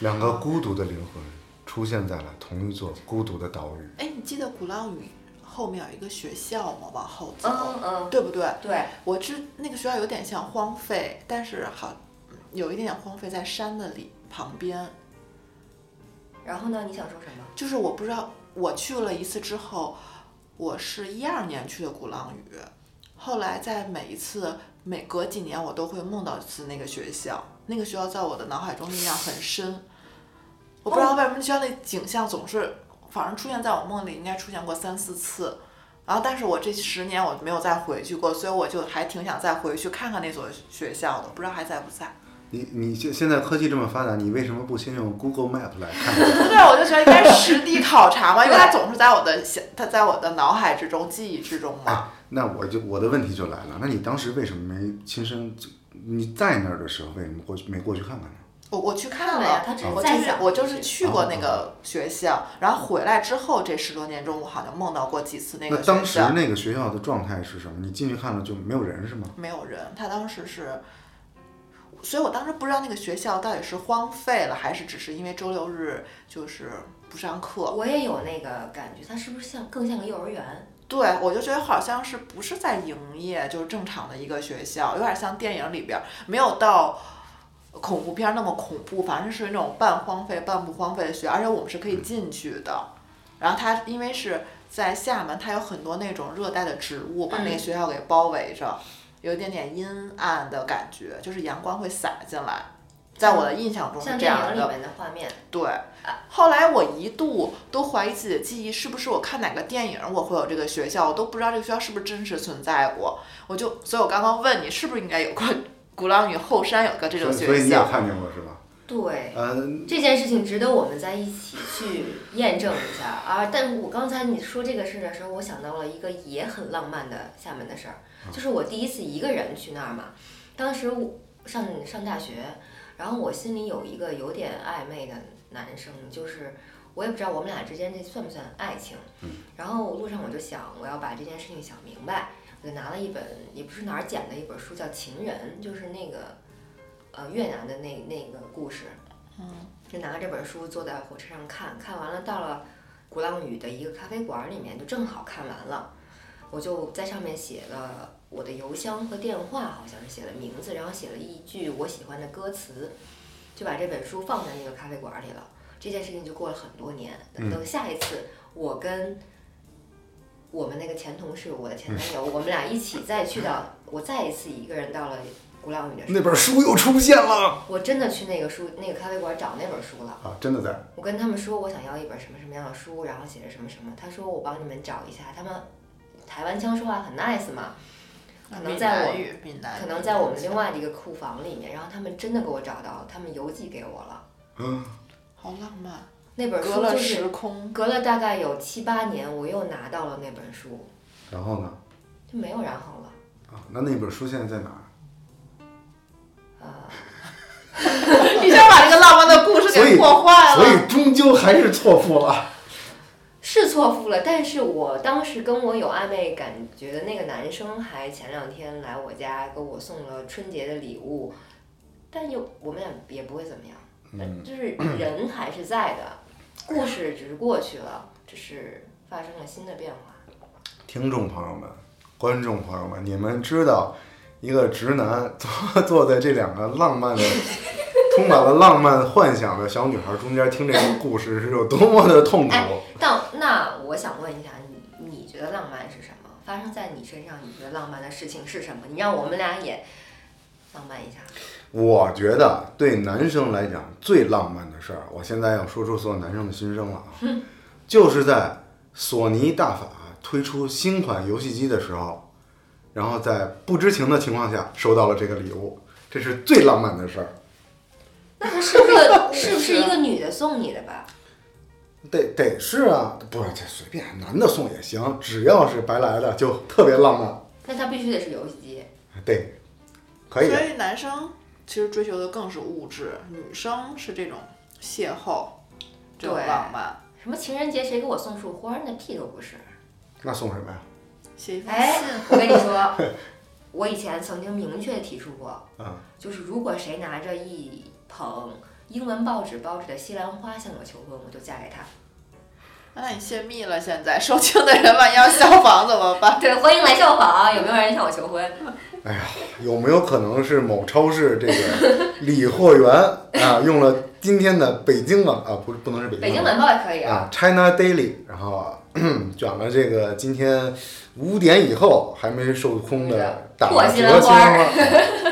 [SPEAKER 4] 两个孤独的灵魂出现在了同一座孤独的岛屿。
[SPEAKER 1] 哎，你记得鼓浪屿后面有一个学校吗？往后走，
[SPEAKER 5] 嗯嗯，
[SPEAKER 1] 对不对？
[SPEAKER 5] 对，
[SPEAKER 1] 我知那个学校有点像荒废，但是好嗯有一点点荒废在山的里旁边。
[SPEAKER 5] 然后呢？你想说什么？
[SPEAKER 1] 就是我不知道，我去了一次之后，我是一二年去的鼓浪屿，后来在每一次每隔几年我都会梦到一次那个学校，那个学校在我的脑海中印象很深。我不知道为什么学校那景象总是，反正出现在我梦里，应该出现过三四次。然后，但是我这十年我没有再回去过，所以我就还挺想再回去看看那所学校的，不知道还在不在。
[SPEAKER 4] 你你现现在科技这么发达，你为什么不先用 Google Map 来看？
[SPEAKER 1] 对，啊我就觉得应该实地考察嘛，因为它总是在我的想，它在我的脑海之中、记忆之中嘛。
[SPEAKER 4] 啊那我就我的问题就来了，那你当时为什么没亲身？你在那儿的时候为什么过去没过去看看呢？
[SPEAKER 1] 我我去看
[SPEAKER 5] 看了呀，啊他只
[SPEAKER 1] 我
[SPEAKER 5] 是
[SPEAKER 1] 就
[SPEAKER 5] 在
[SPEAKER 1] 是
[SPEAKER 5] 想，
[SPEAKER 1] 我就是去
[SPEAKER 4] 哦
[SPEAKER 1] 过那个学校，然后回来之后这十多年中，我好像梦到过几次那
[SPEAKER 4] 那
[SPEAKER 1] 个
[SPEAKER 4] 当
[SPEAKER 1] 学
[SPEAKER 4] 时
[SPEAKER 1] 校，
[SPEAKER 4] 那个学校的状态是什么？你进去看了就没有人是吗？
[SPEAKER 1] 没有人。他当时是，所以我当时不知道那个学校到底是荒废了，还是只是因为周六日就是不上课。
[SPEAKER 5] 我也有那个感觉，它是不是像更像个幼儿园？
[SPEAKER 1] 对，我就觉得好像是不是在营业，就是正常的一个学校，有点像电影里边儿没有到恐怖片儿那么恐怖，反正是
[SPEAKER 5] 嗯
[SPEAKER 1] 那种半荒废、半不荒废的学校，而且我们是可以进去的。然后它因为是在厦门，它有很多那种热带的植物，把
[SPEAKER 5] 嗯
[SPEAKER 1] 那个学校给包围着，有一点点阴暗的感觉，就是阳光会洒进来。在我的印象
[SPEAKER 4] 哦
[SPEAKER 1] 中是
[SPEAKER 5] 像
[SPEAKER 1] 这
[SPEAKER 5] 电
[SPEAKER 1] 样
[SPEAKER 5] 影里
[SPEAKER 1] 的，
[SPEAKER 5] 面的画面，
[SPEAKER 1] 对。后来我一度都怀疑自己的记忆是不是我看哪个电影我会有这个学校，我都不知道这个学校是不是真实存在过。我就，所以我刚刚问你是不是应该有过鼓浪屿后山有个这种
[SPEAKER 4] 所以所以
[SPEAKER 1] 学
[SPEAKER 4] 你也
[SPEAKER 1] 校？
[SPEAKER 4] 看见过是吧？
[SPEAKER 5] 对
[SPEAKER 4] 嗯，
[SPEAKER 5] 这件事情值得我们在一起去验证一下啊！但我刚才你说这个事儿的时候，我想到了一个也很浪漫的厦门的事儿，就是我第一次一个人去那儿嘛，当时我上上大学，然后我心里有一个有点暧昧的男生，就是我也不知道我们俩之间这算不算爱情，然后路上我就想我要把这件事情想明白，我就拿了一本也不是哪儿捡的一本书，叫《情人》，就是那个呃越南的那那个故事。就拿着这本书坐在火车上看，看完了到了鼓浪屿的一个咖啡馆里面，就正好看完了，我就在上面写了我的邮箱和电话，好像是写了名字，然后写了一句我喜欢的歌词，就把这本书放在那个咖啡馆里了。这件事情就过了很多年，等等下一次我跟我们那个前同事，我的前男友，我们俩一起再去到我再一次一个人到了鼓浪屿的时
[SPEAKER 4] 那本书又出现了
[SPEAKER 5] 候，我真的去那个书那个咖啡馆找那本书了。
[SPEAKER 4] 啊，真的在
[SPEAKER 5] 我跟他们说我想要一本什么什么样的书，然后写着什么什么。他说我帮你们找一下，他们台湾腔说话很 nice 嘛，可能在我
[SPEAKER 1] 闽南语，闽南语
[SPEAKER 5] 可能在我们另外的一个库房里面，然后他们真的给我找到，他们邮寄给我了。
[SPEAKER 4] 嗯，
[SPEAKER 1] 好浪漫，
[SPEAKER 5] 那本
[SPEAKER 1] 隔
[SPEAKER 5] 书
[SPEAKER 1] 了
[SPEAKER 5] 就是
[SPEAKER 1] 时空，
[SPEAKER 5] 隔了大概有七八年，我又拿到了那本书，
[SPEAKER 4] 然后呢？
[SPEAKER 5] 就没有然后了。
[SPEAKER 4] 啊，那那本书现在在哪儿？
[SPEAKER 1] 你想把这个浪漫的故事
[SPEAKER 4] 所以
[SPEAKER 1] 给破坏
[SPEAKER 4] 所
[SPEAKER 1] 了。
[SPEAKER 4] 以终究还是错付了。
[SPEAKER 5] 是错付了，但是我当时跟我有暧昧感觉的那个男生，还前两天来我家给我送了春节的礼物，但又我们俩也不会怎么样，但就是人还是在的，故事只是过去了，只是发生了新的变化。
[SPEAKER 4] 听众朋友们，观众朋友们，你们知道一个直男坐坐在这两个浪漫 的、充满了浪漫幻想的小女孩中间听这个故事是有多么的痛苦？
[SPEAKER 5] 哎但那我想问一下，你你觉得浪漫是什么？发生在你身上，你觉得浪漫的事情是什么？你让我们俩也浪漫一下。
[SPEAKER 4] 我觉得对男生来讲最浪漫的事儿，我现在要说出所有男生的心声了啊，就是在索尼大法推出新款游戏机的时候，然后在不知情的情况下收到了这个礼物，这是最浪漫的事儿。
[SPEAKER 5] 那它是个是不是一个女的送你的吧？
[SPEAKER 4] 得得是啊，不是这随便男的送也行，只要是白来的就特别浪漫。
[SPEAKER 5] 那它必须得是游戏机。
[SPEAKER 4] 对，可以
[SPEAKER 1] 所以男生其实追求的更是物质，女生是这种邂逅，这种
[SPEAKER 5] 对
[SPEAKER 1] 浪漫，
[SPEAKER 5] 什么情人节谁给我送束花儿？那屁都不是。
[SPEAKER 4] 那送什么呀？
[SPEAKER 1] 写一封
[SPEAKER 5] 哎
[SPEAKER 1] 信。，
[SPEAKER 5] 我跟你说，我以前曾经明确提出过，
[SPEAKER 4] 嗯
[SPEAKER 5] 就是如果谁拿着一捧英文报纸包着的西兰花向我求婚，我就嫁给他。
[SPEAKER 1] 那你泄密了，现在收听的人万一要消防怎么办？
[SPEAKER 5] 对，欢迎来效仿，啊有没有人向我求婚？
[SPEAKER 4] 哎有没有可能是某超市这个理货员啊用了今天的北京晚啊不是不能是北
[SPEAKER 5] 北
[SPEAKER 4] 京
[SPEAKER 5] 京
[SPEAKER 4] 晚
[SPEAKER 5] 晚报也可以啊。
[SPEAKER 4] 啊 China Daily，然后啊 卷了这个今天五点以后还没售空的打
[SPEAKER 5] 啊破
[SPEAKER 4] 折
[SPEAKER 5] 西
[SPEAKER 4] 青
[SPEAKER 5] 兰花
[SPEAKER 4] 蛙。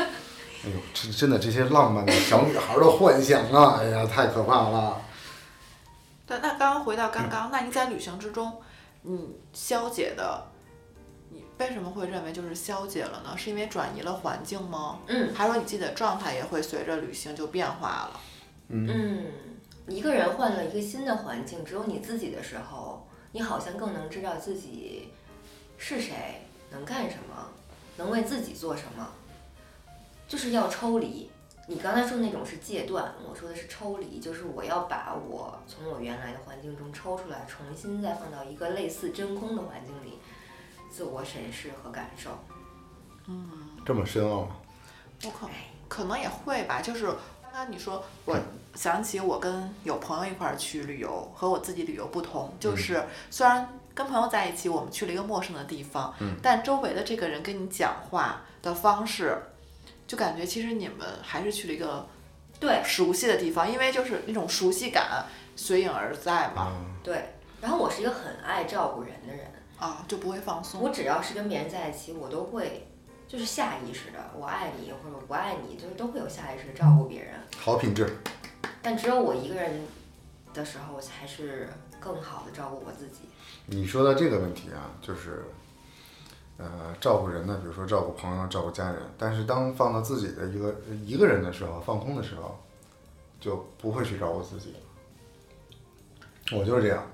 [SPEAKER 4] 哎呦，真真的这些浪漫的小女孩的幻想啊，哎呀，太可怕了！
[SPEAKER 1] 但那刚刚回到刚刚，那你在旅行之中，你消解的，你为什么会认为就是消解了呢？是因为转移了环境吗？
[SPEAKER 5] 嗯
[SPEAKER 1] 还是说你自己的状态也会随着旅行就变化了？
[SPEAKER 5] 嗯，一个人换了一个新的环境，只有你自己的时候，你好像更能知道自己是谁，能干什么，能为自己做什么，就是要抽离。你刚才说的那种是戒断，我说的是抽离，就是我要把我从我原来的环境中抽出来，重新再放到一个类似真空的环境里，自我审视和感受。
[SPEAKER 4] 这么深奥吗？
[SPEAKER 1] 我可可能也会吧，就是刚刚你说，我
[SPEAKER 4] 嗯
[SPEAKER 1] 想起我跟有朋友一块儿去旅游，和我自己旅游不同，
[SPEAKER 4] 嗯
[SPEAKER 1] 就是虽然跟朋友在一起，我们去了一个陌生的地方，
[SPEAKER 4] 嗯
[SPEAKER 1] 但周围的这个人跟你讲话的方式，就感觉其实你们还是去了一个
[SPEAKER 5] 对
[SPEAKER 1] 熟悉的地方，因为就是那种熟悉感随影而在嘛。
[SPEAKER 5] 对，然后我是一个很爱照顾人的人，
[SPEAKER 4] 嗯
[SPEAKER 1] 啊，就不会放松。
[SPEAKER 5] 我只要是跟别人在一起，我都会就是下意识的我爱你或者我不爱你，就是都会有下意识地照顾别人。
[SPEAKER 4] 好品质，
[SPEAKER 5] 但只有我一个人的时候，才是更好的照顾我自己。
[SPEAKER 4] 你说到这个问题啊，就是，呃，照顾人呢，比如说照顾朋友、照顾家人，但是当放到自己的一个一个人的时候，放空的时候，就不会去照顾自己。我就是这样，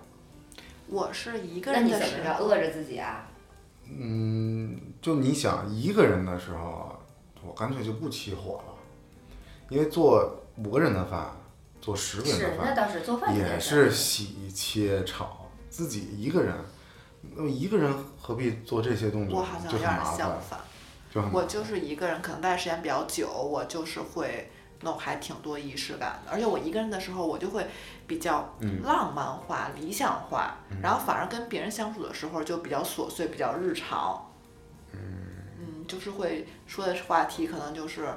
[SPEAKER 1] 我是一个
[SPEAKER 5] 那
[SPEAKER 1] 人
[SPEAKER 5] 你
[SPEAKER 1] 的
[SPEAKER 5] 怎
[SPEAKER 1] 时
[SPEAKER 5] 么着？
[SPEAKER 1] 候，
[SPEAKER 5] 饿着自己啊？
[SPEAKER 4] 就你想一个人的时候啊，我干脆就不起火了，因为做五个人的饭，做十个人
[SPEAKER 5] 是
[SPEAKER 4] 的，饭
[SPEAKER 5] 那，倒是做饭这件
[SPEAKER 4] 也
[SPEAKER 5] 事儿
[SPEAKER 4] 是洗切炒，自己一个人，那么一个人何必做这些动
[SPEAKER 1] 我
[SPEAKER 4] 作
[SPEAKER 1] 好像
[SPEAKER 4] 呢？
[SPEAKER 1] 有
[SPEAKER 4] 就很
[SPEAKER 1] 点
[SPEAKER 4] 麻烦
[SPEAKER 1] 相，反，
[SPEAKER 4] 就很麻
[SPEAKER 1] 我
[SPEAKER 4] 烦
[SPEAKER 1] 就是一个人，可能待的时间比较久，我就是会弄还挺多仪式感的。而且我一个人的时候，我就会比较
[SPEAKER 4] 嗯
[SPEAKER 1] 浪漫化、理想化，然后反而跟别人相处的时候就比较琐碎、比较日常。嗯，就是会说的话题可能就是。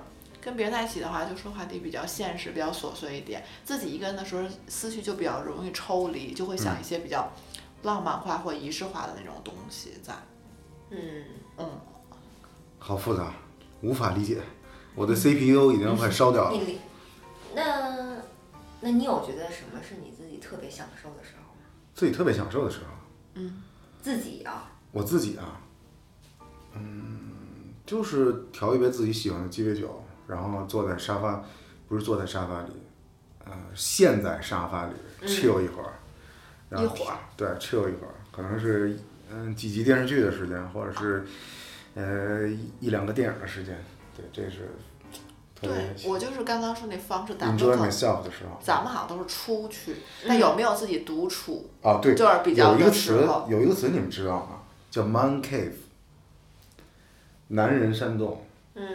[SPEAKER 1] 跟别人在一起的话，就说话题比较现实、比较琐碎一点；自己一个人的时候，思绪就比较容易抽离，就会
[SPEAKER 4] 嗯
[SPEAKER 1] 想一些比较浪漫化或仪式化的那种东西在。
[SPEAKER 5] 嗯，
[SPEAKER 1] 嗯，
[SPEAKER 4] 好复杂，无法理解。我的 CPU 已经快烧掉了
[SPEAKER 5] 你。理那那你有觉得什么是你自己特别享受的时候吗？
[SPEAKER 4] 自己特别享受的时候，
[SPEAKER 5] 自己啊，
[SPEAKER 4] 我自己啊，嗯，就是调一杯自己喜欢的鸡尾酒，然后坐在沙发，不是坐在沙发里，呃，陷在沙发里 chill 一会儿，然后
[SPEAKER 1] 嗯一会儿
[SPEAKER 4] 对 chill 一会儿，可能是嗯几集电视剧的时间，或者是呃一一两个电影的时间，对，这是特
[SPEAKER 1] 对
[SPEAKER 4] 别，
[SPEAKER 1] 我就是刚刚说那方式，咱们可
[SPEAKER 4] enjoy
[SPEAKER 1] 能
[SPEAKER 4] myself 的时候。
[SPEAKER 1] 咱们好像都是出去，但有没有自己独处？
[SPEAKER 4] 啊，对，
[SPEAKER 1] 就是比较
[SPEAKER 4] 有一个
[SPEAKER 1] 的时
[SPEAKER 4] 词
[SPEAKER 1] 候，
[SPEAKER 4] 有一个词你们知道吗？叫 man cave，男人山洞。
[SPEAKER 5] 嗯，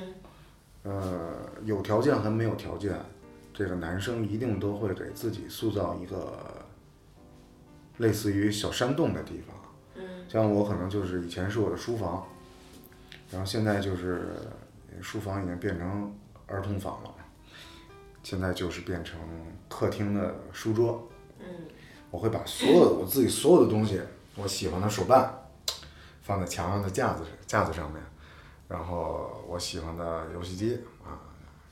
[SPEAKER 4] 呃，有条件和没有条件，这个男生一定都会给自己塑造一个类似于小山洞的地方。嗯，像我可能就是以前是我的书房，然后现在就是书房已经变成儿童房了，现在就是变成客厅的书桌。我会把所有的我自己所有的东西，我喜欢的手办，放在墙上的架子架子上面，然后我喜欢的游戏机啊，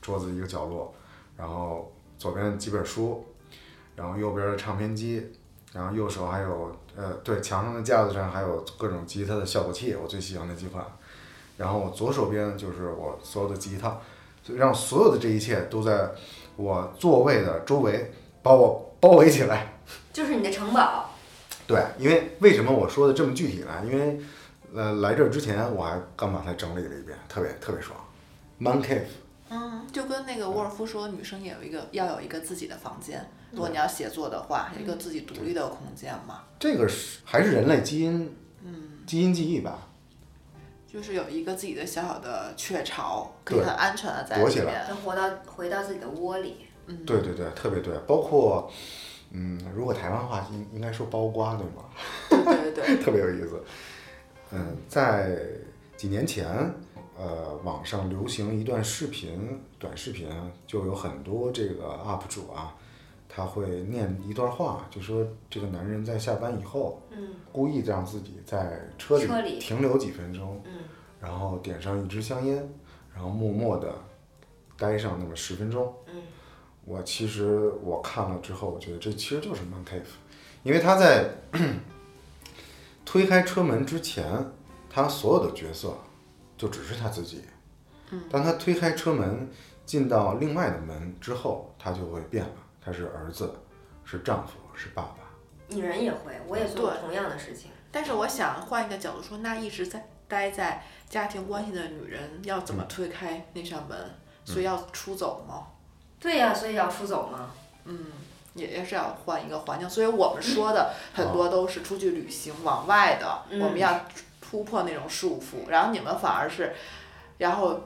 [SPEAKER 4] 桌子一个角落，然后左边几本书，然后右边的唱片机，然后右手还有呃对墙上的架子上还有各种吉他的效果器，我最喜欢的几款，然后我左手边就是我所有的吉他，所以让所有的这一切都在我座位的周围把我包围起来。
[SPEAKER 5] 就是你的城堡。
[SPEAKER 4] 对，因为为什么我说的这么具体呢？因为呃，来这儿之前我还刚把它整理了一遍，特别特别爽。Man cave，
[SPEAKER 1] 嗯，就跟那个沃尔夫说，女生也有一个要有一个自己的房间，如果你要写作的话，有一个自己独立的空间嘛，
[SPEAKER 4] 这个是还是人类基因，基因记忆吧？
[SPEAKER 1] 就是有一个自己的小小的雀巢，可以
[SPEAKER 4] 对
[SPEAKER 1] 很安全的在
[SPEAKER 4] 躲
[SPEAKER 1] 里
[SPEAKER 4] 起来
[SPEAKER 1] 面。
[SPEAKER 5] 能活到回到自己的窝里。
[SPEAKER 4] 对对对，特别对。包括嗯，如果台湾话应应该说包瓜对吗？
[SPEAKER 1] 对对对，
[SPEAKER 4] 特别有意思。嗯，在几年前，呃，网上流行一段视频，短视频啊就有很多这个 UP 主啊，他会念一段话，就说这个男人在下班以后，
[SPEAKER 5] 嗯
[SPEAKER 4] 故意让自己在车
[SPEAKER 5] 车
[SPEAKER 4] 里
[SPEAKER 5] 里
[SPEAKER 4] 停留几分钟，
[SPEAKER 5] 嗯
[SPEAKER 4] 然后点上一支香烟，然后默默的待上那么十分钟。
[SPEAKER 5] 嗯，
[SPEAKER 4] 我其实我看了之后，我觉得这其实就是 man cave，因为他在推开车门之前，他所有的角色就只是他自己。当他推开车门进到另外的门之后，他就会变了，他是儿子，是丈夫，是爸爸。
[SPEAKER 5] 女人也会，我也做过
[SPEAKER 1] 对
[SPEAKER 5] 同样的事情。
[SPEAKER 1] 但是我想换一个角度说，那一直在待在家庭关系的女人要
[SPEAKER 4] 嗯
[SPEAKER 1] 怎么推开那扇门？所以要出走吗？
[SPEAKER 5] 对呀、所以要出走吗？
[SPEAKER 1] 也也是要换一个环境，所以我们说的
[SPEAKER 4] 嗯
[SPEAKER 1] 很多都是出去旅行往外的，
[SPEAKER 5] 嗯
[SPEAKER 1] 我们要突破那种束缚，然后你们反而是，然后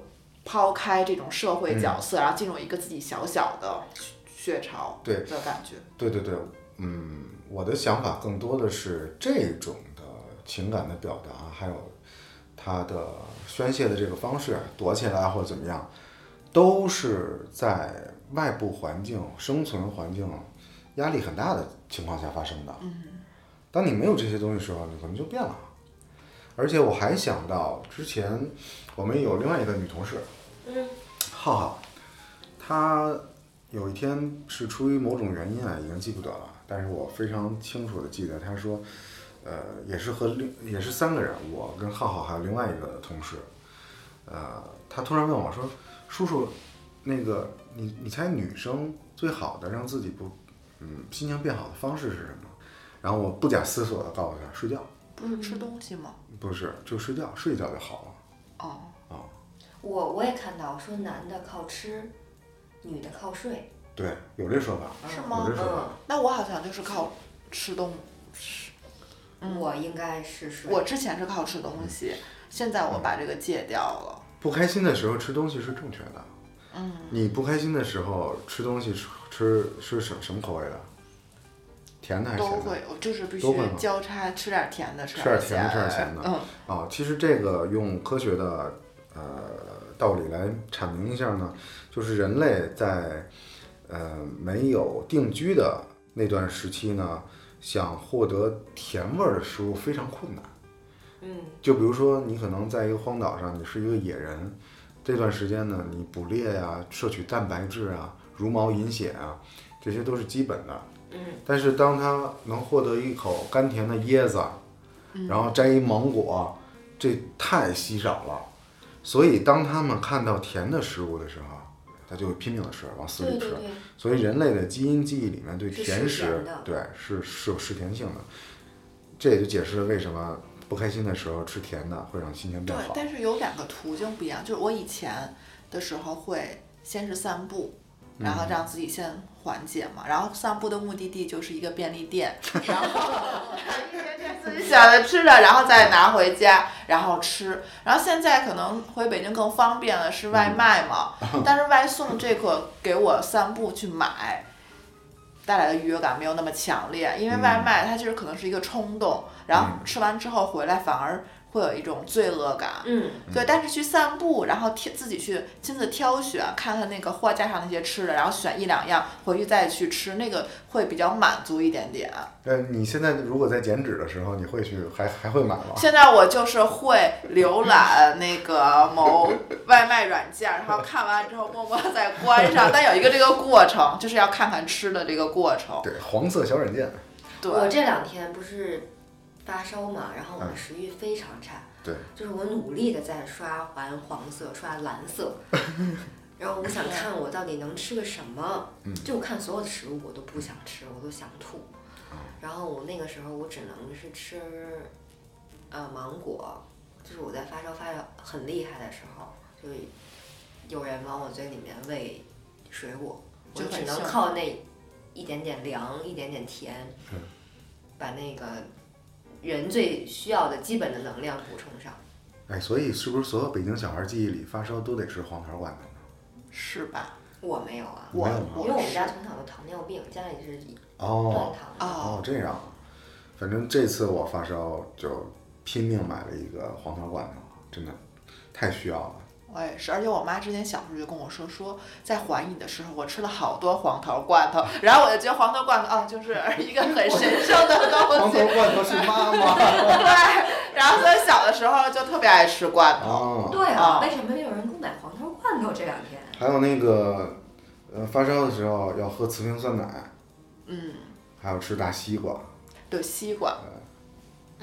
[SPEAKER 1] 抛开这种社
[SPEAKER 4] 嗯
[SPEAKER 1] 会角色，然后进入一个自己小小的血巢
[SPEAKER 4] 对
[SPEAKER 1] 的感觉。
[SPEAKER 4] 对对对，嗯，我的想法更多的是这种的情感的表达，还有他的宣泄的这个方式，躲起来或者怎么样，都是在外部环境、生存环境压力很大的情况下发生的。嗯，当你没有这些东西的时候，你可能就变了。而且我还想到之前我们有另外一个女同事，
[SPEAKER 5] 嗯，
[SPEAKER 4] 浩浩，她有一天是出于某种原因啊，已经记不得了，但是我非常清楚的记得，她说，呃，也是和另也是三个人，我跟浩浩还有另外一个同事，呃，她突然问我说，叔叔，那个你你猜女生最好的让自己不嗯心情变好的方式是什么？然后我不假思索的告诉她，睡觉，
[SPEAKER 1] 不是吃东西吗？
[SPEAKER 4] 不是就睡觉，睡一觉就好了。
[SPEAKER 1] 哦，
[SPEAKER 5] 我我也看到说男的靠吃，女的靠睡，
[SPEAKER 4] 对，有这说法，
[SPEAKER 1] 是
[SPEAKER 5] 嗯
[SPEAKER 1] 吗
[SPEAKER 4] 哦有这说法。
[SPEAKER 5] 嗯，
[SPEAKER 1] 那我好像就是靠吃东吃，嗯
[SPEAKER 5] 我应该是睡。
[SPEAKER 1] 我之前是靠吃东西，
[SPEAKER 4] 嗯
[SPEAKER 1] 现在我把这个戒掉了。
[SPEAKER 4] 不开心的时候吃东西是正确的。
[SPEAKER 1] 嗯，
[SPEAKER 4] 你不开心的时候吃东西吃吃吃什什么口味的？甜嗯的还是
[SPEAKER 1] 都
[SPEAKER 4] 咸的？
[SPEAKER 1] 会，我就是必
[SPEAKER 4] 都会
[SPEAKER 1] 须
[SPEAKER 4] 吗
[SPEAKER 1] 交叉吃点甜的，
[SPEAKER 4] 吃
[SPEAKER 1] 点
[SPEAKER 4] 点甜的，吃点咸的。
[SPEAKER 1] 嗯，
[SPEAKER 4] 啊，其实这个用科学的呃道理来阐明一下呢，就是人类在呃没有定居的那段时期呢，想获得甜味儿的食物非常困难。
[SPEAKER 5] 嗯
[SPEAKER 4] 就比如说，你可能在一个荒岛上，你是一个野人，这段时间呢，你捕猎呀、摄取蛋白质啊、茹毛饮血啊，这些都是基本的。
[SPEAKER 5] 嗯
[SPEAKER 4] 但是当他能获得一口甘甜的椰子，
[SPEAKER 5] 嗯
[SPEAKER 4] 然后摘一芒果，这太稀少了。所以当他们看到甜的食物的时候，他就会拼命的吃，往死
[SPEAKER 5] 对
[SPEAKER 4] 里吃。
[SPEAKER 5] 对对，
[SPEAKER 4] 所以人类的基因记忆里面对甜
[SPEAKER 5] 是嗜
[SPEAKER 4] 食
[SPEAKER 5] 甜的，
[SPEAKER 4] 对是是有嗜甜性的，这也就解释了为什么不开心的时候吃甜的会让心情
[SPEAKER 1] 对
[SPEAKER 4] 变好。，
[SPEAKER 1] 但是有两个途径不一样，就是我以前的时候会先是散步。然后让自己先缓解嘛，然后散步的目的地就是一个便利店，嗯然后一点点自己想的吃的，然后再拿回家，然后吃。然后现在可能回北京更方便了，是外卖嘛，但是外送这个给我散步去买带来的愉悦感没有那么强烈，因为外卖它其实可能是一个冲动，然后吃完之后回来反而会有一种罪恶感。
[SPEAKER 5] 嗯
[SPEAKER 1] 对，但是去散步，然后挑自己去亲自挑选，看看那个货架上那些吃的，然后选一两样回去再去吃，那个会比较满足一点啊点。
[SPEAKER 4] 呃，你现在如果在减脂的时候，你会去还还会买吗？
[SPEAKER 1] 现在我就是会浏览那个某外卖软件，然后看完之后默默再关上，但有一个这个过程，就是要看看吃的这个过程。
[SPEAKER 4] 对，黄色小软件，
[SPEAKER 1] 对，
[SPEAKER 5] 我这两天不是发烧嘛，然后我的
[SPEAKER 4] 嗯
[SPEAKER 5] 食欲非常差，
[SPEAKER 4] 对，
[SPEAKER 5] 就是我努力的在刷完黄色，刷蓝 色，然后我想看我到底能吃个什么，
[SPEAKER 4] 嗯
[SPEAKER 5] 就我看所有的食物我都不想吃，我都想吐，
[SPEAKER 4] 哦
[SPEAKER 5] 然后我那个时候我只能是吃，呃，芒果，就是我在发烧发的很厉害的时候，就是有人往我嘴里面喂水果，我
[SPEAKER 1] 就
[SPEAKER 5] 只
[SPEAKER 1] 很
[SPEAKER 5] 能
[SPEAKER 1] 幸福
[SPEAKER 5] 靠那一点点凉，一点点甜，
[SPEAKER 4] 嗯
[SPEAKER 5] 把那个人最需要的基本的能量补充上。
[SPEAKER 4] 哎，所以是不是所有北京小孩记忆里发烧都得吃黄桃罐头呢？
[SPEAKER 1] 是吧？
[SPEAKER 5] 我没有啊，
[SPEAKER 1] 我
[SPEAKER 4] 没有吗
[SPEAKER 5] 因为我
[SPEAKER 1] 我
[SPEAKER 5] 们家
[SPEAKER 1] 是
[SPEAKER 5] 从小有糖尿病，家里是断
[SPEAKER 4] 哦
[SPEAKER 5] 糖的。
[SPEAKER 1] 哦，
[SPEAKER 4] 这样，反正这次我发烧就拼命买了一个黄桃罐头，真的太需要了。
[SPEAKER 1] 我也是，而且我妈之前小时候就跟我说，说在怀你的时候，我吃了好多黄桃罐头，然后我就觉得黄桃罐头啊，就是 一个很神圣的东
[SPEAKER 4] 黄
[SPEAKER 1] 西
[SPEAKER 4] 桃，罐头是妈妈。
[SPEAKER 1] 对。然后所以小的时候就特别爱吃罐头，
[SPEAKER 4] 哦，
[SPEAKER 5] 对啊，
[SPEAKER 1] 哦
[SPEAKER 5] 为什么没有人给我买黄桃罐头？这两天
[SPEAKER 4] 还有那个，呃，发烧的时候要喝雌瓶酸奶，
[SPEAKER 1] 嗯，
[SPEAKER 4] 还有吃大西瓜，
[SPEAKER 1] 对西瓜，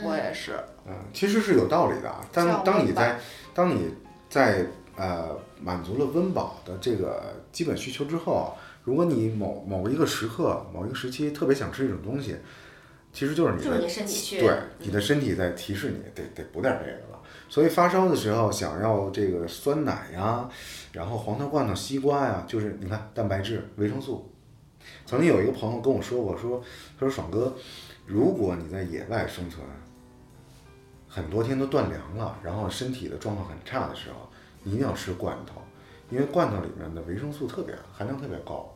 [SPEAKER 1] 我也是，
[SPEAKER 4] 嗯，其实是有道理的啊。当
[SPEAKER 1] 像温
[SPEAKER 4] 当你
[SPEAKER 1] 饱
[SPEAKER 4] 在当你在呃满足了温饱的这个基本需求之后，啊如果你某某一个时刻、某一个时期特别想吃一种东西，其实就是你
[SPEAKER 5] 就是
[SPEAKER 4] 的
[SPEAKER 5] 你身体去
[SPEAKER 4] 对，你的身体在提示你得得补点这个了。所以发烧的时候想要这个酸奶呀、然后黄桃罐头、西瓜呀、就是你看蛋白质、维生素。曾经有一个朋友跟我说过，说他说爽哥，如果你在野外生存，很多天都断粮了，然后身体的状况很差的时候，你一定要吃罐头，因为罐头里面的维生素特别含量特别高。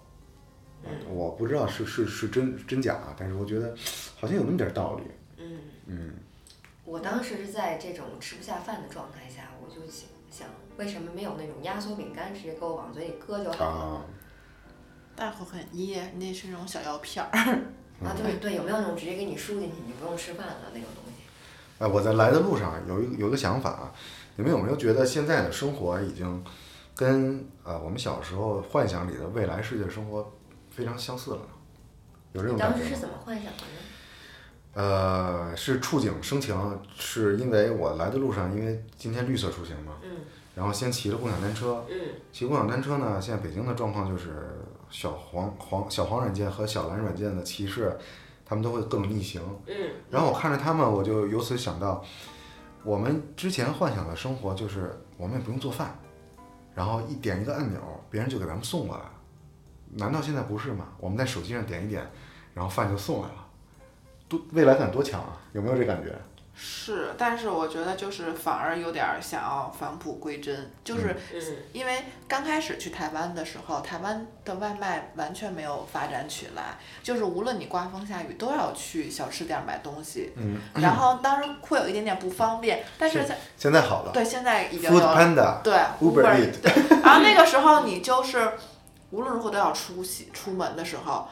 [SPEAKER 4] 我不知道是是是真真假啊，但是我觉得好像有那么点儿道理。
[SPEAKER 5] 嗯，我当时是在这种吃不下饭的状态下，我就想想为什么没有那种压缩饼干直接给我往嘴里搁就好了。
[SPEAKER 4] 啊，
[SPEAKER 1] 但会很噎，你得吃那种小药片儿，
[SPEAKER 5] 啊，对对，有没有那种直接给你输进去，你不用吃饭了那种东西？
[SPEAKER 4] 哎，我在来的路上有一有一个想法啊，你们有没有觉得现在的生活已经跟呃我们小时候幻想里的未来世界生活非常相似了呢？有这种
[SPEAKER 5] 你
[SPEAKER 4] 感
[SPEAKER 5] 当
[SPEAKER 4] 觉
[SPEAKER 5] 时
[SPEAKER 4] 吗
[SPEAKER 5] 是？怎么幻想的呢？
[SPEAKER 4] 呃，是触景生情，是因为我来的路上，因为今天绿色出行嘛，
[SPEAKER 5] 嗯
[SPEAKER 4] 然后先骑着共享单车，
[SPEAKER 5] 嗯
[SPEAKER 4] 骑共享单车呢，现在北京的状况就是小黄黄小黄软件和小蓝软件的骑士，他们都会更逆行。
[SPEAKER 5] 嗯
[SPEAKER 4] 然后我看着他们，我就由此想到，我们之前幻想的生活就是我们也不用做饭，然后一点一个按钮，别人就给咱们送过来了。难道现在不是吗？我们在手机上点一点，然后饭就送来了，多未来感多强啊！有没有这感觉？
[SPEAKER 1] 是，但是我觉得就是反而有点儿想要返璞归真，就是
[SPEAKER 5] 嗯
[SPEAKER 1] 因为刚开始去台湾的时候，台湾的外卖完全没有发展起来，就是无论你刮风下雨都要去小吃店买东西，
[SPEAKER 4] 嗯，
[SPEAKER 1] 然后当然会有一点点不方便，但是
[SPEAKER 4] 是
[SPEAKER 1] 在
[SPEAKER 4] 现在好了
[SPEAKER 1] 对现在已经有
[SPEAKER 4] ，Food
[SPEAKER 1] 了
[SPEAKER 4] Panda
[SPEAKER 1] 对
[SPEAKER 4] Uber
[SPEAKER 1] Eats
[SPEAKER 4] Eats
[SPEAKER 1] 对，然后那个时候你就是无论如何都要出席出门的时候，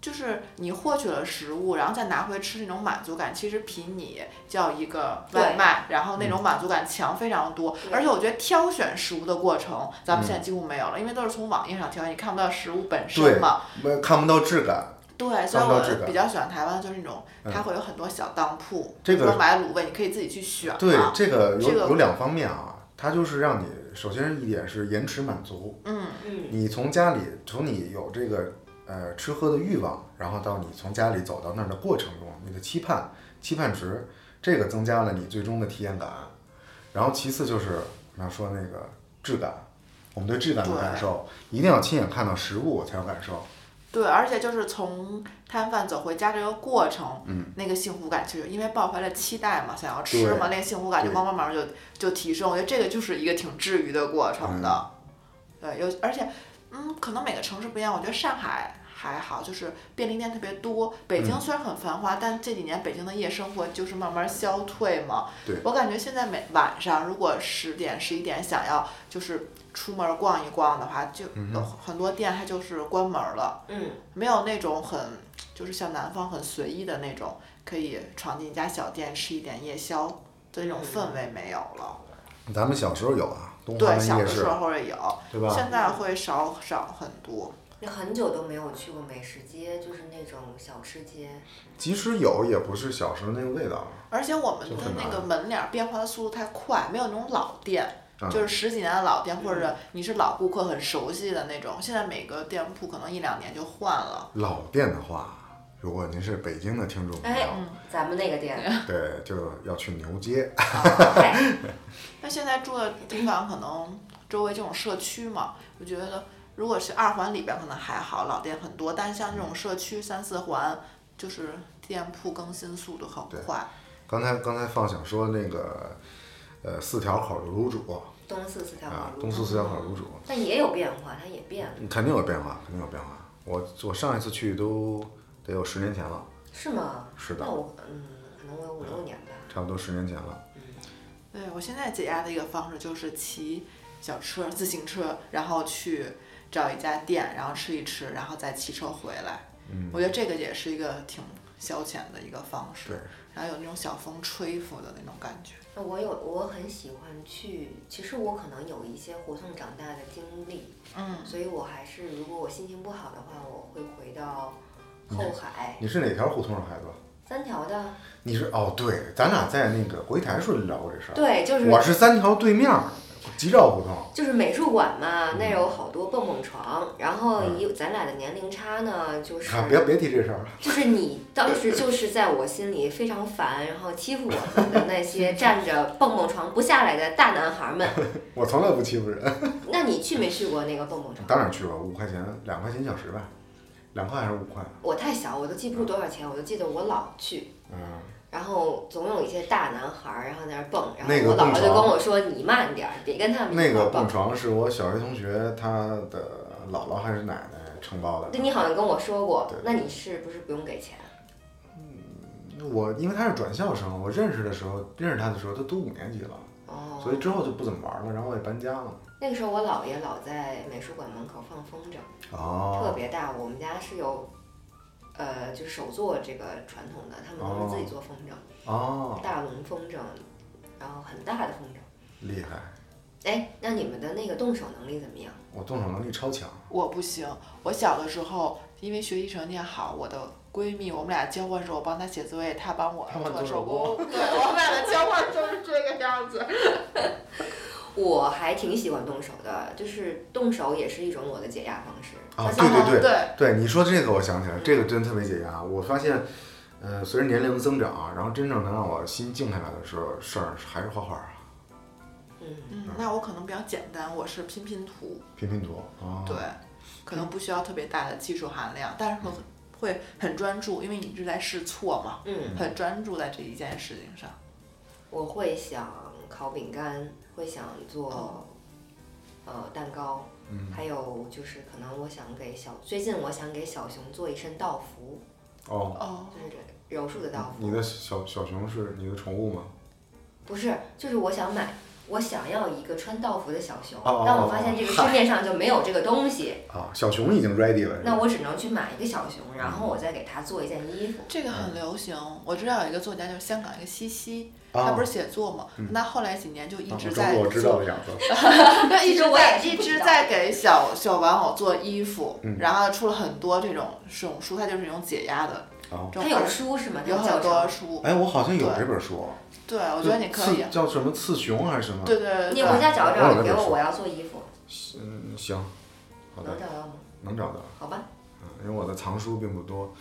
[SPEAKER 1] 就是你获取了食物，然后再拿回吃那种满足感，其实比你叫一个外卖，然后那
[SPEAKER 4] 嗯
[SPEAKER 1] 种满足感强非常多。
[SPEAKER 5] 对
[SPEAKER 1] 而且我觉得挑选食物的过程，咱
[SPEAKER 4] 嗯
[SPEAKER 1] 们现在几乎没有了，因为都是从网页上挑选，你看不到食物本
[SPEAKER 4] 对
[SPEAKER 1] 身嘛。
[SPEAKER 4] 没看不到质感，
[SPEAKER 1] 啊对，所以
[SPEAKER 4] 看不到质
[SPEAKER 1] 我
[SPEAKER 4] 感
[SPEAKER 1] 比较喜欢台湾，就是那种
[SPEAKER 4] 嗯
[SPEAKER 1] 它会有很多小当铺，
[SPEAKER 4] 这
[SPEAKER 1] 比如
[SPEAKER 4] 个
[SPEAKER 1] 说买卤味，你可以自己去选嘛。
[SPEAKER 4] 对，这个有
[SPEAKER 1] 啊这个
[SPEAKER 4] 有两方面啊，它就是让你首先一点是延迟满足，
[SPEAKER 1] 嗯，
[SPEAKER 5] 嗯
[SPEAKER 4] 你从家里从你有这个呃吃喝的欲望，然后到你从家里走到那儿的过程中，你的期盼期盼值，这个增加了你最终的体验感。然后其次就是我们要说那个质感，我们对质感的
[SPEAKER 1] 对
[SPEAKER 4] 感受，一定要亲眼看到实物才有感受。
[SPEAKER 1] 对，而且就是从摊贩走回家这个过程，
[SPEAKER 4] 嗯，
[SPEAKER 1] 那个幸福感就是因为抱怀了期待嘛，想要吃嘛，那个幸福感就
[SPEAKER 4] 对
[SPEAKER 1] 慢慢慢慢就就提升。我觉得这个就是一个挺治愈的过
[SPEAKER 4] 嗯
[SPEAKER 1] 程的，对，有而且，嗯，可能每个城市不一样，我觉得上海。还好，就是便利店特别多。北
[SPEAKER 4] 嗯
[SPEAKER 1] 京虽然很繁华，但这几年北京的夜生活就是慢慢消退嘛。
[SPEAKER 4] 对
[SPEAKER 1] 我感觉现在每晚上如果十点十一点想要就是出门逛一逛的话，就、
[SPEAKER 4] 嗯
[SPEAKER 1] 很多店它就是关门了。
[SPEAKER 5] 嗯
[SPEAKER 1] 没有那种很就是像南方很随意的那种，可以闯进一家小店吃一点夜宵的那种氛围没有了。
[SPEAKER 4] 咱们小时候嗯有啊，东华
[SPEAKER 1] 对，
[SPEAKER 4] 门
[SPEAKER 1] 小
[SPEAKER 4] 夜
[SPEAKER 1] 的
[SPEAKER 4] 市
[SPEAKER 1] 时，候也有，
[SPEAKER 4] 对吧？
[SPEAKER 1] 现在会少少很多。
[SPEAKER 5] 那很久都没有去过美食街，就是那种小吃街。
[SPEAKER 4] 即使有，也不是小时候那个味道了。
[SPEAKER 1] 而且我们
[SPEAKER 4] 就
[SPEAKER 1] 的
[SPEAKER 4] 很
[SPEAKER 1] 那个
[SPEAKER 4] 难
[SPEAKER 1] 门脸儿变化的速度太快，没有那种老店，
[SPEAKER 4] 啊嗯
[SPEAKER 1] 就是十几年的老店，或者你是老顾客很熟悉的那种。现在每个店铺可能一两年就换了。
[SPEAKER 4] 老店的话，如果您是北京的听众朋友，
[SPEAKER 5] 哎咱们那个 店，
[SPEAKER 1] 哎
[SPEAKER 4] 对，就要去牛街。
[SPEAKER 5] 哎
[SPEAKER 1] 那现在住的地方可能周围这种社区嘛，我觉得如果是二环里边可能还好，老店很多，但像这种社区三四环，就是店铺更新速度很快。
[SPEAKER 4] 刚才刚才放想说那个，呃，四条口的卤煮
[SPEAKER 5] 东四四条马
[SPEAKER 4] 啊，
[SPEAKER 5] 路，
[SPEAKER 4] 东四四嗯条口卤煮，
[SPEAKER 5] 但也有变化，它也变了，
[SPEAKER 4] 肯定有变化，肯定有变化。我我上一次去都得有十年前了，
[SPEAKER 5] 是吗？
[SPEAKER 4] 是的
[SPEAKER 5] 那我嗯，可能我有五六年吧。
[SPEAKER 4] 差不多十年前了。
[SPEAKER 1] 对我现在解压的一个方式就是骑小车、自行车，然后去找一家店，然后吃一吃，然后再骑车回来。
[SPEAKER 4] 嗯
[SPEAKER 1] 我觉得这个也是一个挺消遣的一个方式
[SPEAKER 4] 对，
[SPEAKER 1] 然后有那种小风吹拂的那种感觉。
[SPEAKER 5] 那我有，我很喜欢去。其实我可能有一些活动长大的经历，
[SPEAKER 1] 嗯，
[SPEAKER 5] 所以我还是，如果我心情不好的话，我会回到
[SPEAKER 4] 嗯
[SPEAKER 5] 后海
[SPEAKER 4] 你是哪条胡同的孩子？
[SPEAKER 5] 三条的。
[SPEAKER 4] 你是哦，对，咱俩在那个国际台时候聊过这事儿。
[SPEAKER 5] 对，就是
[SPEAKER 4] 我是三条对面儿吉兆胡同，
[SPEAKER 5] 就是美术馆嘛，
[SPEAKER 4] 嗯
[SPEAKER 5] 那有好多蹦蹦床，然后有咱俩的年龄差呢，就是
[SPEAKER 4] 啊，别别提这事儿了。
[SPEAKER 5] 就是你当时就是在我心里非常烦，然后欺负我们的那些站着蹦蹦床不下来的大男孩们。
[SPEAKER 4] 我从来不欺负人。
[SPEAKER 5] 那你去没去过那个蹦蹦床？
[SPEAKER 4] 当然去了，五块钱，两块钱一小时吧，两块还是五块？
[SPEAKER 5] 我太小，我都记不住多少钱，我就记得我老去。
[SPEAKER 4] 嗯，
[SPEAKER 5] 然后总有一些大男孩儿，然啊后在那儿蹦，然后
[SPEAKER 4] 那个
[SPEAKER 5] 我姥
[SPEAKER 4] 蹦
[SPEAKER 5] 姥
[SPEAKER 4] 床
[SPEAKER 5] 就跟我说：“你慢点儿，别跟他们一
[SPEAKER 4] 那
[SPEAKER 5] 块
[SPEAKER 4] 个
[SPEAKER 5] 儿
[SPEAKER 4] 蹦
[SPEAKER 5] 蹦。
[SPEAKER 4] 床是我小学同学他的姥姥还是奶奶承包”的
[SPEAKER 5] 对，。你好像跟我说过
[SPEAKER 4] 对，
[SPEAKER 5] 那你是不是不用给钱？
[SPEAKER 4] 我因为他是转校生，我认识的时候认识他的时候，他都五年级了，
[SPEAKER 5] 哦，
[SPEAKER 4] 所以之后就不怎么玩了，然后我也搬家了。
[SPEAKER 5] 那个时候我姥爷老在美术馆门口放风筝，特
[SPEAKER 4] 哦，
[SPEAKER 5] 别大。我们家是有，呃，就是手做这个传统的，他们都是自己做风筝，
[SPEAKER 4] 哦，
[SPEAKER 5] 大龙风筝，然后很大的风筝。
[SPEAKER 4] 厉害！
[SPEAKER 5] 哎，那你们的那个动手能力怎么样？
[SPEAKER 4] 我动手能力超强，
[SPEAKER 1] 我不行，我小的时候因为学习成绩好，我的闺蜜我们俩交换时候，我帮她写作业，她帮我
[SPEAKER 4] 她帮你
[SPEAKER 1] 做
[SPEAKER 4] 做手
[SPEAKER 1] 手工， 对，我们俩的交换就是这个样子。
[SPEAKER 5] 我还挺喜欢动手的，就是动手也是一种我的解压方式。
[SPEAKER 4] 啊
[SPEAKER 5] 像
[SPEAKER 4] 对对对
[SPEAKER 1] 对，
[SPEAKER 4] 对你说这个，我想起来，这个真特别解压。我发现，呃，随着年龄增长啊，然后真正能让我心静下来的时候，事儿还是画画啊，
[SPEAKER 5] 嗯，
[SPEAKER 1] 嗯，那我可能比较简单，我是拼拼图，
[SPEAKER 4] 拼拼图啊。
[SPEAKER 1] 对，可能不需要特别大的技术含量，但是会会很专注，因为你一直在试错嘛，
[SPEAKER 5] 嗯，
[SPEAKER 1] 很专注在这一件事情上。
[SPEAKER 5] 我会想烤饼干，会想
[SPEAKER 4] 哦
[SPEAKER 5] 做呃蛋糕，
[SPEAKER 4] 嗯
[SPEAKER 5] 还有就是可能我想给小最近我想给小熊做一身道服，
[SPEAKER 4] 哦，
[SPEAKER 1] 哦，
[SPEAKER 5] 就是这柔术的道服。
[SPEAKER 4] 你的小小熊是你的宠物吗？
[SPEAKER 5] 不是，就是我想买，我想要一个穿道服的小熊，
[SPEAKER 4] 哦
[SPEAKER 5] 但我发现 这个市面上就没有这个东西，
[SPEAKER 4] 啊，小熊已经 ready 了。
[SPEAKER 5] 那我只能去买一个小熊，然后我再给它做一件衣服。
[SPEAKER 1] 这个
[SPEAKER 4] 嗯
[SPEAKER 1] 很流行，我知道有一个作家就是香港一个西西，
[SPEAKER 4] 啊嗯
[SPEAKER 1] 他不是写作嘛，那后来几年就一
[SPEAKER 4] 啊
[SPEAKER 1] 直
[SPEAKER 4] 我
[SPEAKER 1] 在
[SPEAKER 4] 装作我知道
[SPEAKER 1] 做，
[SPEAKER 4] 的
[SPEAKER 1] 哎
[SPEAKER 4] 样子。
[SPEAKER 1] 他一
[SPEAKER 5] 其
[SPEAKER 1] 直
[SPEAKER 5] 实我
[SPEAKER 1] 在
[SPEAKER 5] 也是
[SPEAKER 1] 一
[SPEAKER 5] 不知
[SPEAKER 1] 直
[SPEAKER 5] 道
[SPEAKER 1] 在给小小玩偶做衣服
[SPEAKER 4] 嗯，
[SPEAKER 1] 然后出了很多这种这种书，它就是一种解压的
[SPEAKER 4] 哦
[SPEAKER 1] 这种
[SPEAKER 5] 它有
[SPEAKER 1] 方式，
[SPEAKER 5] 书是吗？它
[SPEAKER 1] 有
[SPEAKER 5] 教
[SPEAKER 1] 很
[SPEAKER 5] 程
[SPEAKER 1] 多书，
[SPEAKER 4] 哎，我好像有
[SPEAKER 1] 对
[SPEAKER 4] 这本书，啊
[SPEAKER 1] 对，我觉得你可
[SPEAKER 4] 刺
[SPEAKER 1] 以，
[SPEAKER 4] 叫什么刺熊还是什么？
[SPEAKER 1] 对对对
[SPEAKER 5] 你
[SPEAKER 1] 对
[SPEAKER 5] 回
[SPEAKER 1] 对，
[SPEAKER 5] 家找
[SPEAKER 4] 我有那
[SPEAKER 5] 找，
[SPEAKER 4] 本
[SPEAKER 5] 给我，
[SPEAKER 4] 书
[SPEAKER 5] 我要做衣服，
[SPEAKER 4] 嗯，行，好
[SPEAKER 5] 能
[SPEAKER 4] 的，
[SPEAKER 5] 找到吗？
[SPEAKER 4] 能找到，
[SPEAKER 5] 好吧，
[SPEAKER 4] 嗯因为我的藏书并不多。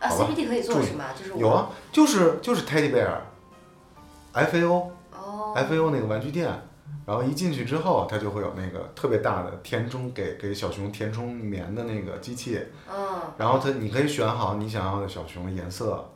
[SPEAKER 5] 啊
[SPEAKER 4] 好吧
[SPEAKER 5] ，CPD 可以做
[SPEAKER 4] 祝
[SPEAKER 5] 是吗？就是我
[SPEAKER 4] 有啊，就是就是 teddy bear，F A O。
[SPEAKER 5] 哦，
[SPEAKER 4] F A O 那个玩具店，然后一进去之后，啊它就会有那个特别大的填充给给小熊填充棉的那个机器，
[SPEAKER 5] 嗯，
[SPEAKER 4] 然后它你可以选好你想要的小熊的颜色，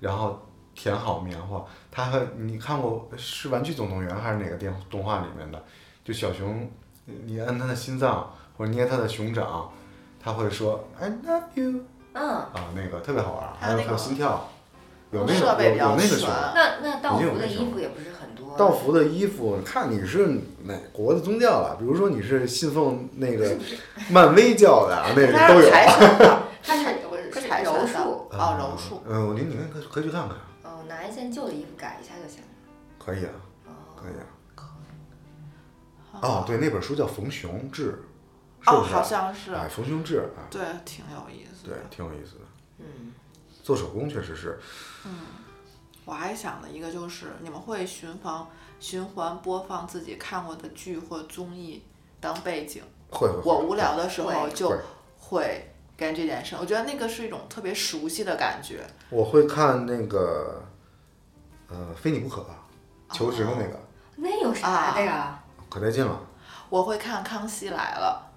[SPEAKER 4] 然后填好棉花。它还你看过是《玩具总动员》还是哪个电动画里面的？就小熊，你按它的心脏或者捏它的熊掌，它会说 I love you
[SPEAKER 5] 嗯，
[SPEAKER 4] 啊，那个特别好玩。
[SPEAKER 1] 还
[SPEAKER 4] 还
[SPEAKER 1] 有
[SPEAKER 4] 有
[SPEAKER 1] 那个
[SPEAKER 4] 还有心跳，有那
[SPEAKER 1] 设
[SPEAKER 4] 个
[SPEAKER 1] 备
[SPEAKER 4] 有
[SPEAKER 1] 比较
[SPEAKER 4] 有那个熊
[SPEAKER 1] 全。。
[SPEAKER 5] 那那道
[SPEAKER 4] 已经有
[SPEAKER 5] 服的
[SPEAKER 4] 那
[SPEAKER 5] 衣
[SPEAKER 4] 种
[SPEAKER 5] 服也不是很多，
[SPEAKER 4] 道服的衣服，看你是哪国的宗教了。比如说你是信奉那个漫威教的啊，那
[SPEAKER 1] 它
[SPEAKER 4] 个都
[SPEAKER 1] 是
[SPEAKER 4] 有。
[SPEAKER 1] 柴犬的，
[SPEAKER 5] 它是我
[SPEAKER 1] 它
[SPEAKER 5] 是
[SPEAKER 1] 是柴犬
[SPEAKER 5] 柔
[SPEAKER 1] 的
[SPEAKER 5] 术，
[SPEAKER 1] 哦，柔术。
[SPEAKER 4] 嗯，我觉得你们可以可以去看看，
[SPEAKER 5] 哦，拿一件旧的衣服改一下就行了。
[SPEAKER 4] 可以啊，
[SPEAKER 5] 哦，
[SPEAKER 4] 可以啊。哦，对，那本书叫《冯熊志》，是
[SPEAKER 1] 哦，
[SPEAKER 4] 不是？
[SPEAKER 1] 好像是，
[SPEAKER 4] 哎，冯熊志啊，
[SPEAKER 1] 对，挺有意思
[SPEAKER 4] 对
[SPEAKER 1] 的。，
[SPEAKER 4] 挺有意思的。
[SPEAKER 5] 嗯，
[SPEAKER 4] 做手工确实是，
[SPEAKER 1] 我还想了一个，就是你们会循环循环播放自己看过的剧或综艺当背景。
[SPEAKER 4] 会会
[SPEAKER 1] 我
[SPEAKER 4] 会。
[SPEAKER 1] 无聊的时候
[SPEAKER 5] 会
[SPEAKER 1] 就
[SPEAKER 4] 会
[SPEAKER 1] 会干这件事，我觉得那个是一种特别熟悉的感觉。
[SPEAKER 4] 我会看那个，呃，非你不可，求职的那个，
[SPEAKER 1] 哦
[SPEAKER 5] 那有啥的呀？
[SPEAKER 4] 可带劲了。
[SPEAKER 1] 我会看《康熙来了》，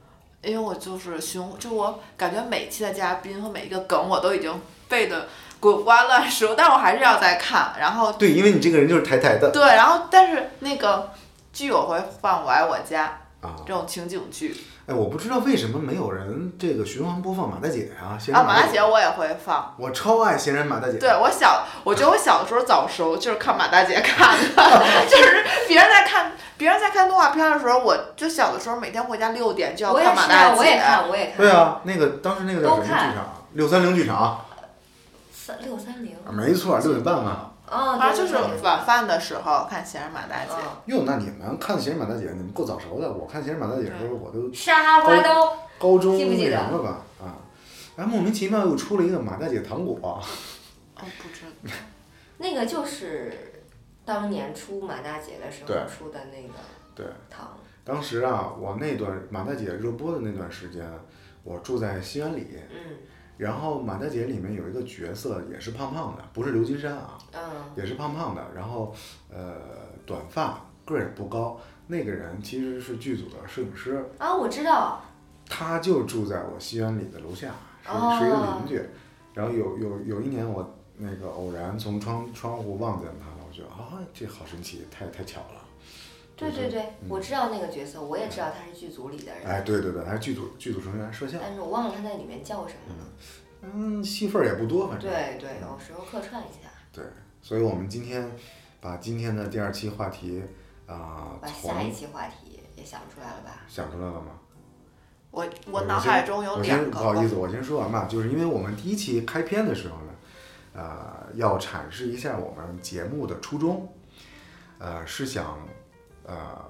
[SPEAKER 1] 因为我就是循，就我感觉每期的嘉宾和每一个梗我都已经背的滚瓜烂熟，但我还是要再看。然后
[SPEAKER 4] 对，因为你这个人就是抬抬的
[SPEAKER 1] 对，然后但是那个剧我会放《我爱我家
[SPEAKER 4] 啊》。
[SPEAKER 1] 这种情景剧
[SPEAKER 4] 哎，我不知道为什么没有人这个循环播放马大姐啊，闲人
[SPEAKER 1] 啊，马大姐我也会放。
[SPEAKER 4] 我超爱闲人马大姐。
[SPEAKER 1] 对我小，我觉得我小的时候早熟，就是看马大姐 看的，就是别人在看别人在看动画片的时候，我就小的时候每天回家六点就要
[SPEAKER 5] 我也
[SPEAKER 1] 看
[SPEAKER 5] 是
[SPEAKER 1] 马大
[SPEAKER 5] 啊，
[SPEAKER 1] 姐，
[SPEAKER 5] 我也看，我也看。
[SPEAKER 4] 对啊，那个当时那个叫
[SPEAKER 5] 都
[SPEAKER 4] 什么
[SPEAKER 5] 看
[SPEAKER 4] 剧场？六三零剧场，
[SPEAKER 5] 三六三零
[SPEAKER 4] 啊没错，六点半嘛。
[SPEAKER 5] 啊，
[SPEAKER 1] 反
[SPEAKER 5] 对
[SPEAKER 1] 正就是
[SPEAKER 5] 对对
[SPEAKER 1] 晚饭的时候看《闲人马大姐》
[SPEAKER 5] 嗯
[SPEAKER 4] 哟，那你们看闲人马大姐，你们够早熟的。我看闲人马大姐的时候，我都
[SPEAKER 5] 沙挖刀，
[SPEAKER 4] 高中
[SPEAKER 5] 记不记
[SPEAKER 4] 那
[SPEAKER 5] 得
[SPEAKER 4] 什么了吧？啊，然后莫名其妙又出了一个马大姐糖果，
[SPEAKER 1] 哦，不知 道。
[SPEAKER 5] 那个就是当年出马大姐的时
[SPEAKER 4] 对
[SPEAKER 5] 候出的那个
[SPEAKER 4] 对。
[SPEAKER 5] 糖，
[SPEAKER 4] 当时啊，我那段马大姐热播的那段时间，我住在西安里，
[SPEAKER 5] 嗯
[SPEAKER 4] 然后马大姐里面有一个角色也是胖胖的，不是刘金山啊，
[SPEAKER 5] 嗯
[SPEAKER 4] 也是胖胖的，然后呃短发，个儿也不高。那个人其实是剧组的摄影师，
[SPEAKER 5] 啊，我知道，
[SPEAKER 4] 他就住在我西安里的楼下，是、
[SPEAKER 5] 哦
[SPEAKER 4] 是一个邻居。然后有有有一年我那个偶然从窗窗户望见他了，我觉得啊这好神奇，太太巧了。
[SPEAKER 5] 对对对，
[SPEAKER 4] 嗯
[SPEAKER 5] 我知道那个角色，我也知道他是剧组里的人，
[SPEAKER 4] 哎，对对对，他是剧组剧组成员摄像，
[SPEAKER 5] 但是我忘了他在里面叫什么了。
[SPEAKER 4] 嗯，戏份儿也不多，反正嗯
[SPEAKER 5] 对对，有时候客串一下，
[SPEAKER 4] 对所以我们今天把今天的第二期话题啊、
[SPEAKER 5] 把下一
[SPEAKER 4] 从
[SPEAKER 5] 期话题也想出来了吧？
[SPEAKER 4] 想出来了吗？
[SPEAKER 1] 我我脑海中有
[SPEAKER 4] 我
[SPEAKER 1] 两
[SPEAKER 4] 先
[SPEAKER 1] 个
[SPEAKER 4] 不好意
[SPEAKER 1] 吧，
[SPEAKER 4] 思，我先说完吧，就是因为我们第一期开篇的时候呢，呃，要阐释一下我们节目的初衷，呃，是想呃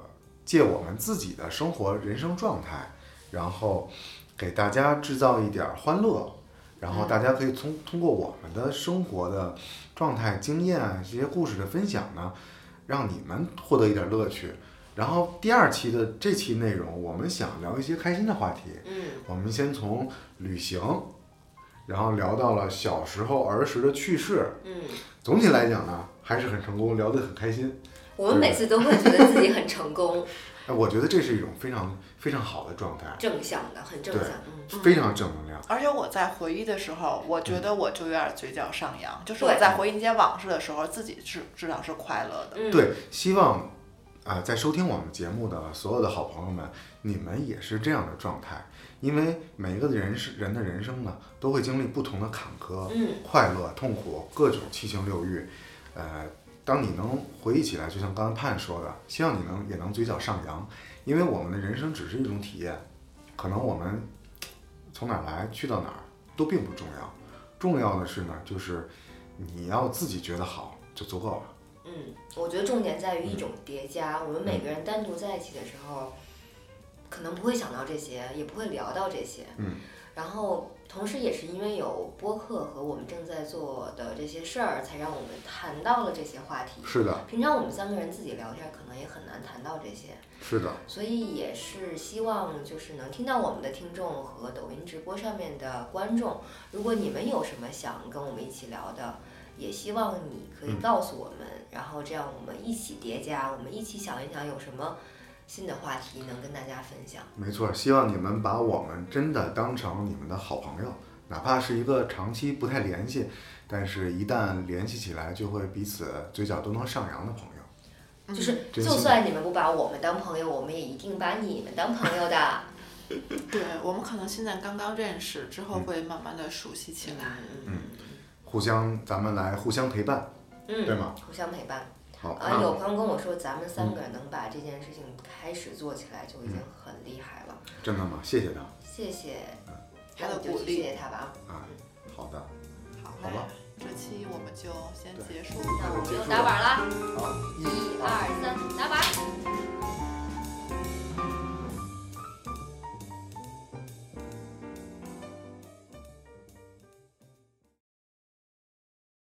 [SPEAKER 4] 借我们自己的生活人生状态，然后给大家制造一点儿欢乐，然后大家可以通通过我们的生活的状态、经验啊这些故事的分享呢，让你们获得一点乐趣。然后第二期的这期内容，我们想聊一些开心的话题，
[SPEAKER 5] 嗯，
[SPEAKER 4] 我们先从旅行，然后聊到了小时候儿时的趣事。
[SPEAKER 5] 嗯，
[SPEAKER 4] 总体来讲呢，还是很成功，聊得很开心。
[SPEAKER 5] 我们每次都会觉得自己很成功，
[SPEAKER 4] 哎，我觉得这是一种非常非常好的状态，
[SPEAKER 5] 正向的，很正向。嗯，
[SPEAKER 4] 非常正能量。
[SPEAKER 1] 而且我在回忆的时候，我
[SPEAKER 4] 嗯
[SPEAKER 1] 觉得我就有点嘴角上扬，就是
[SPEAKER 5] 对
[SPEAKER 1] 我在回忆那些往事的时候，自己是知道是快乐的。
[SPEAKER 5] 嗯，
[SPEAKER 4] 对，希望啊、在收听我们节目的所有的好朋友们，你们也是这样的状态，因为每一个人是人的人生呢，都会经历不同的坎坷、
[SPEAKER 5] 嗯
[SPEAKER 4] 快乐、痛苦，各种七情六欲。呃，当你能回忆起来，就像刚才盼说的，希望你能也能嘴角上扬，因为我们的人生只是一种体验，可能我们从哪儿来，去到哪儿都并不重要，重要的是呢，就是你要自己觉得好就足够了。
[SPEAKER 5] 嗯，我觉得重点在于一种
[SPEAKER 4] 嗯
[SPEAKER 5] 叠加。我们每个人单独在一起的时候，可能不会想到这些，也不会聊到这些。
[SPEAKER 4] 嗯。
[SPEAKER 5] 然后，同时也是因为有播客和我们正在做的这些事儿，才让我们谈到了这些话题。
[SPEAKER 4] 是的，
[SPEAKER 5] 平常我们三个人自己聊天，可能也很难谈到这些，
[SPEAKER 4] 是的。
[SPEAKER 5] 所以也是希望就是能听到我们的听众和抖音直播上面的观众，如果你们有什么想跟我们一起聊的，也希望你可以
[SPEAKER 4] 嗯
[SPEAKER 5] 告诉我们，然后这样我们一起叠加，我们一起想一想有什么新的话题能跟大家分享。
[SPEAKER 4] 没错，希望你们把我们真的当成你们的好朋友，哪怕是一个长期不太联系，但是一旦联系起来，就会彼此嘴角都能上扬的朋友。
[SPEAKER 5] 就是
[SPEAKER 4] 真心
[SPEAKER 5] 就
[SPEAKER 4] 的
[SPEAKER 5] 算你们不把我们当朋友，我们也一定把你们当朋 友的。
[SPEAKER 1] 嗯对我们可能现在刚刚认识，之
[SPEAKER 4] 嗯
[SPEAKER 1] 后会慢慢的熟悉起来。
[SPEAKER 5] 嗯
[SPEAKER 4] 互相，咱们来互相陪伴，
[SPEAKER 5] 嗯，
[SPEAKER 4] 对吗？
[SPEAKER 5] 互相陪伴。
[SPEAKER 4] 好，
[SPEAKER 5] 啊，有朋友跟我说，咱们三个人能把这件事情开始做起来，就已经很厉害了。
[SPEAKER 4] 真的吗？谢谢他。
[SPEAKER 5] 谢谢，
[SPEAKER 1] 他
[SPEAKER 5] 那
[SPEAKER 1] 的
[SPEAKER 5] 我就
[SPEAKER 1] 鼓
[SPEAKER 5] 去
[SPEAKER 1] 励
[SPEAKER 5] 谢谢他吧。啊
[SPEAKER 4] 啊好的，
[SPEAKER 1] 嗯好
[SPEAKER 4] 好吧，
[SPEAKER 1] 这期我们就先
[SPEAKER 4] 对
[SPEAKER 1] 结束。
[SPEAKER 5] 那我们
[SPEAKER 4] 结
[SPEAKER 5] 就
[SPEAKER 4] 束
[SPEAKER 5] 打
[SPEAKER 4] 了
[SPEAKER 5] 板儿啦，
[SPEAKER 4] 好，
[SPEAKER 5] 一二三，打板儿。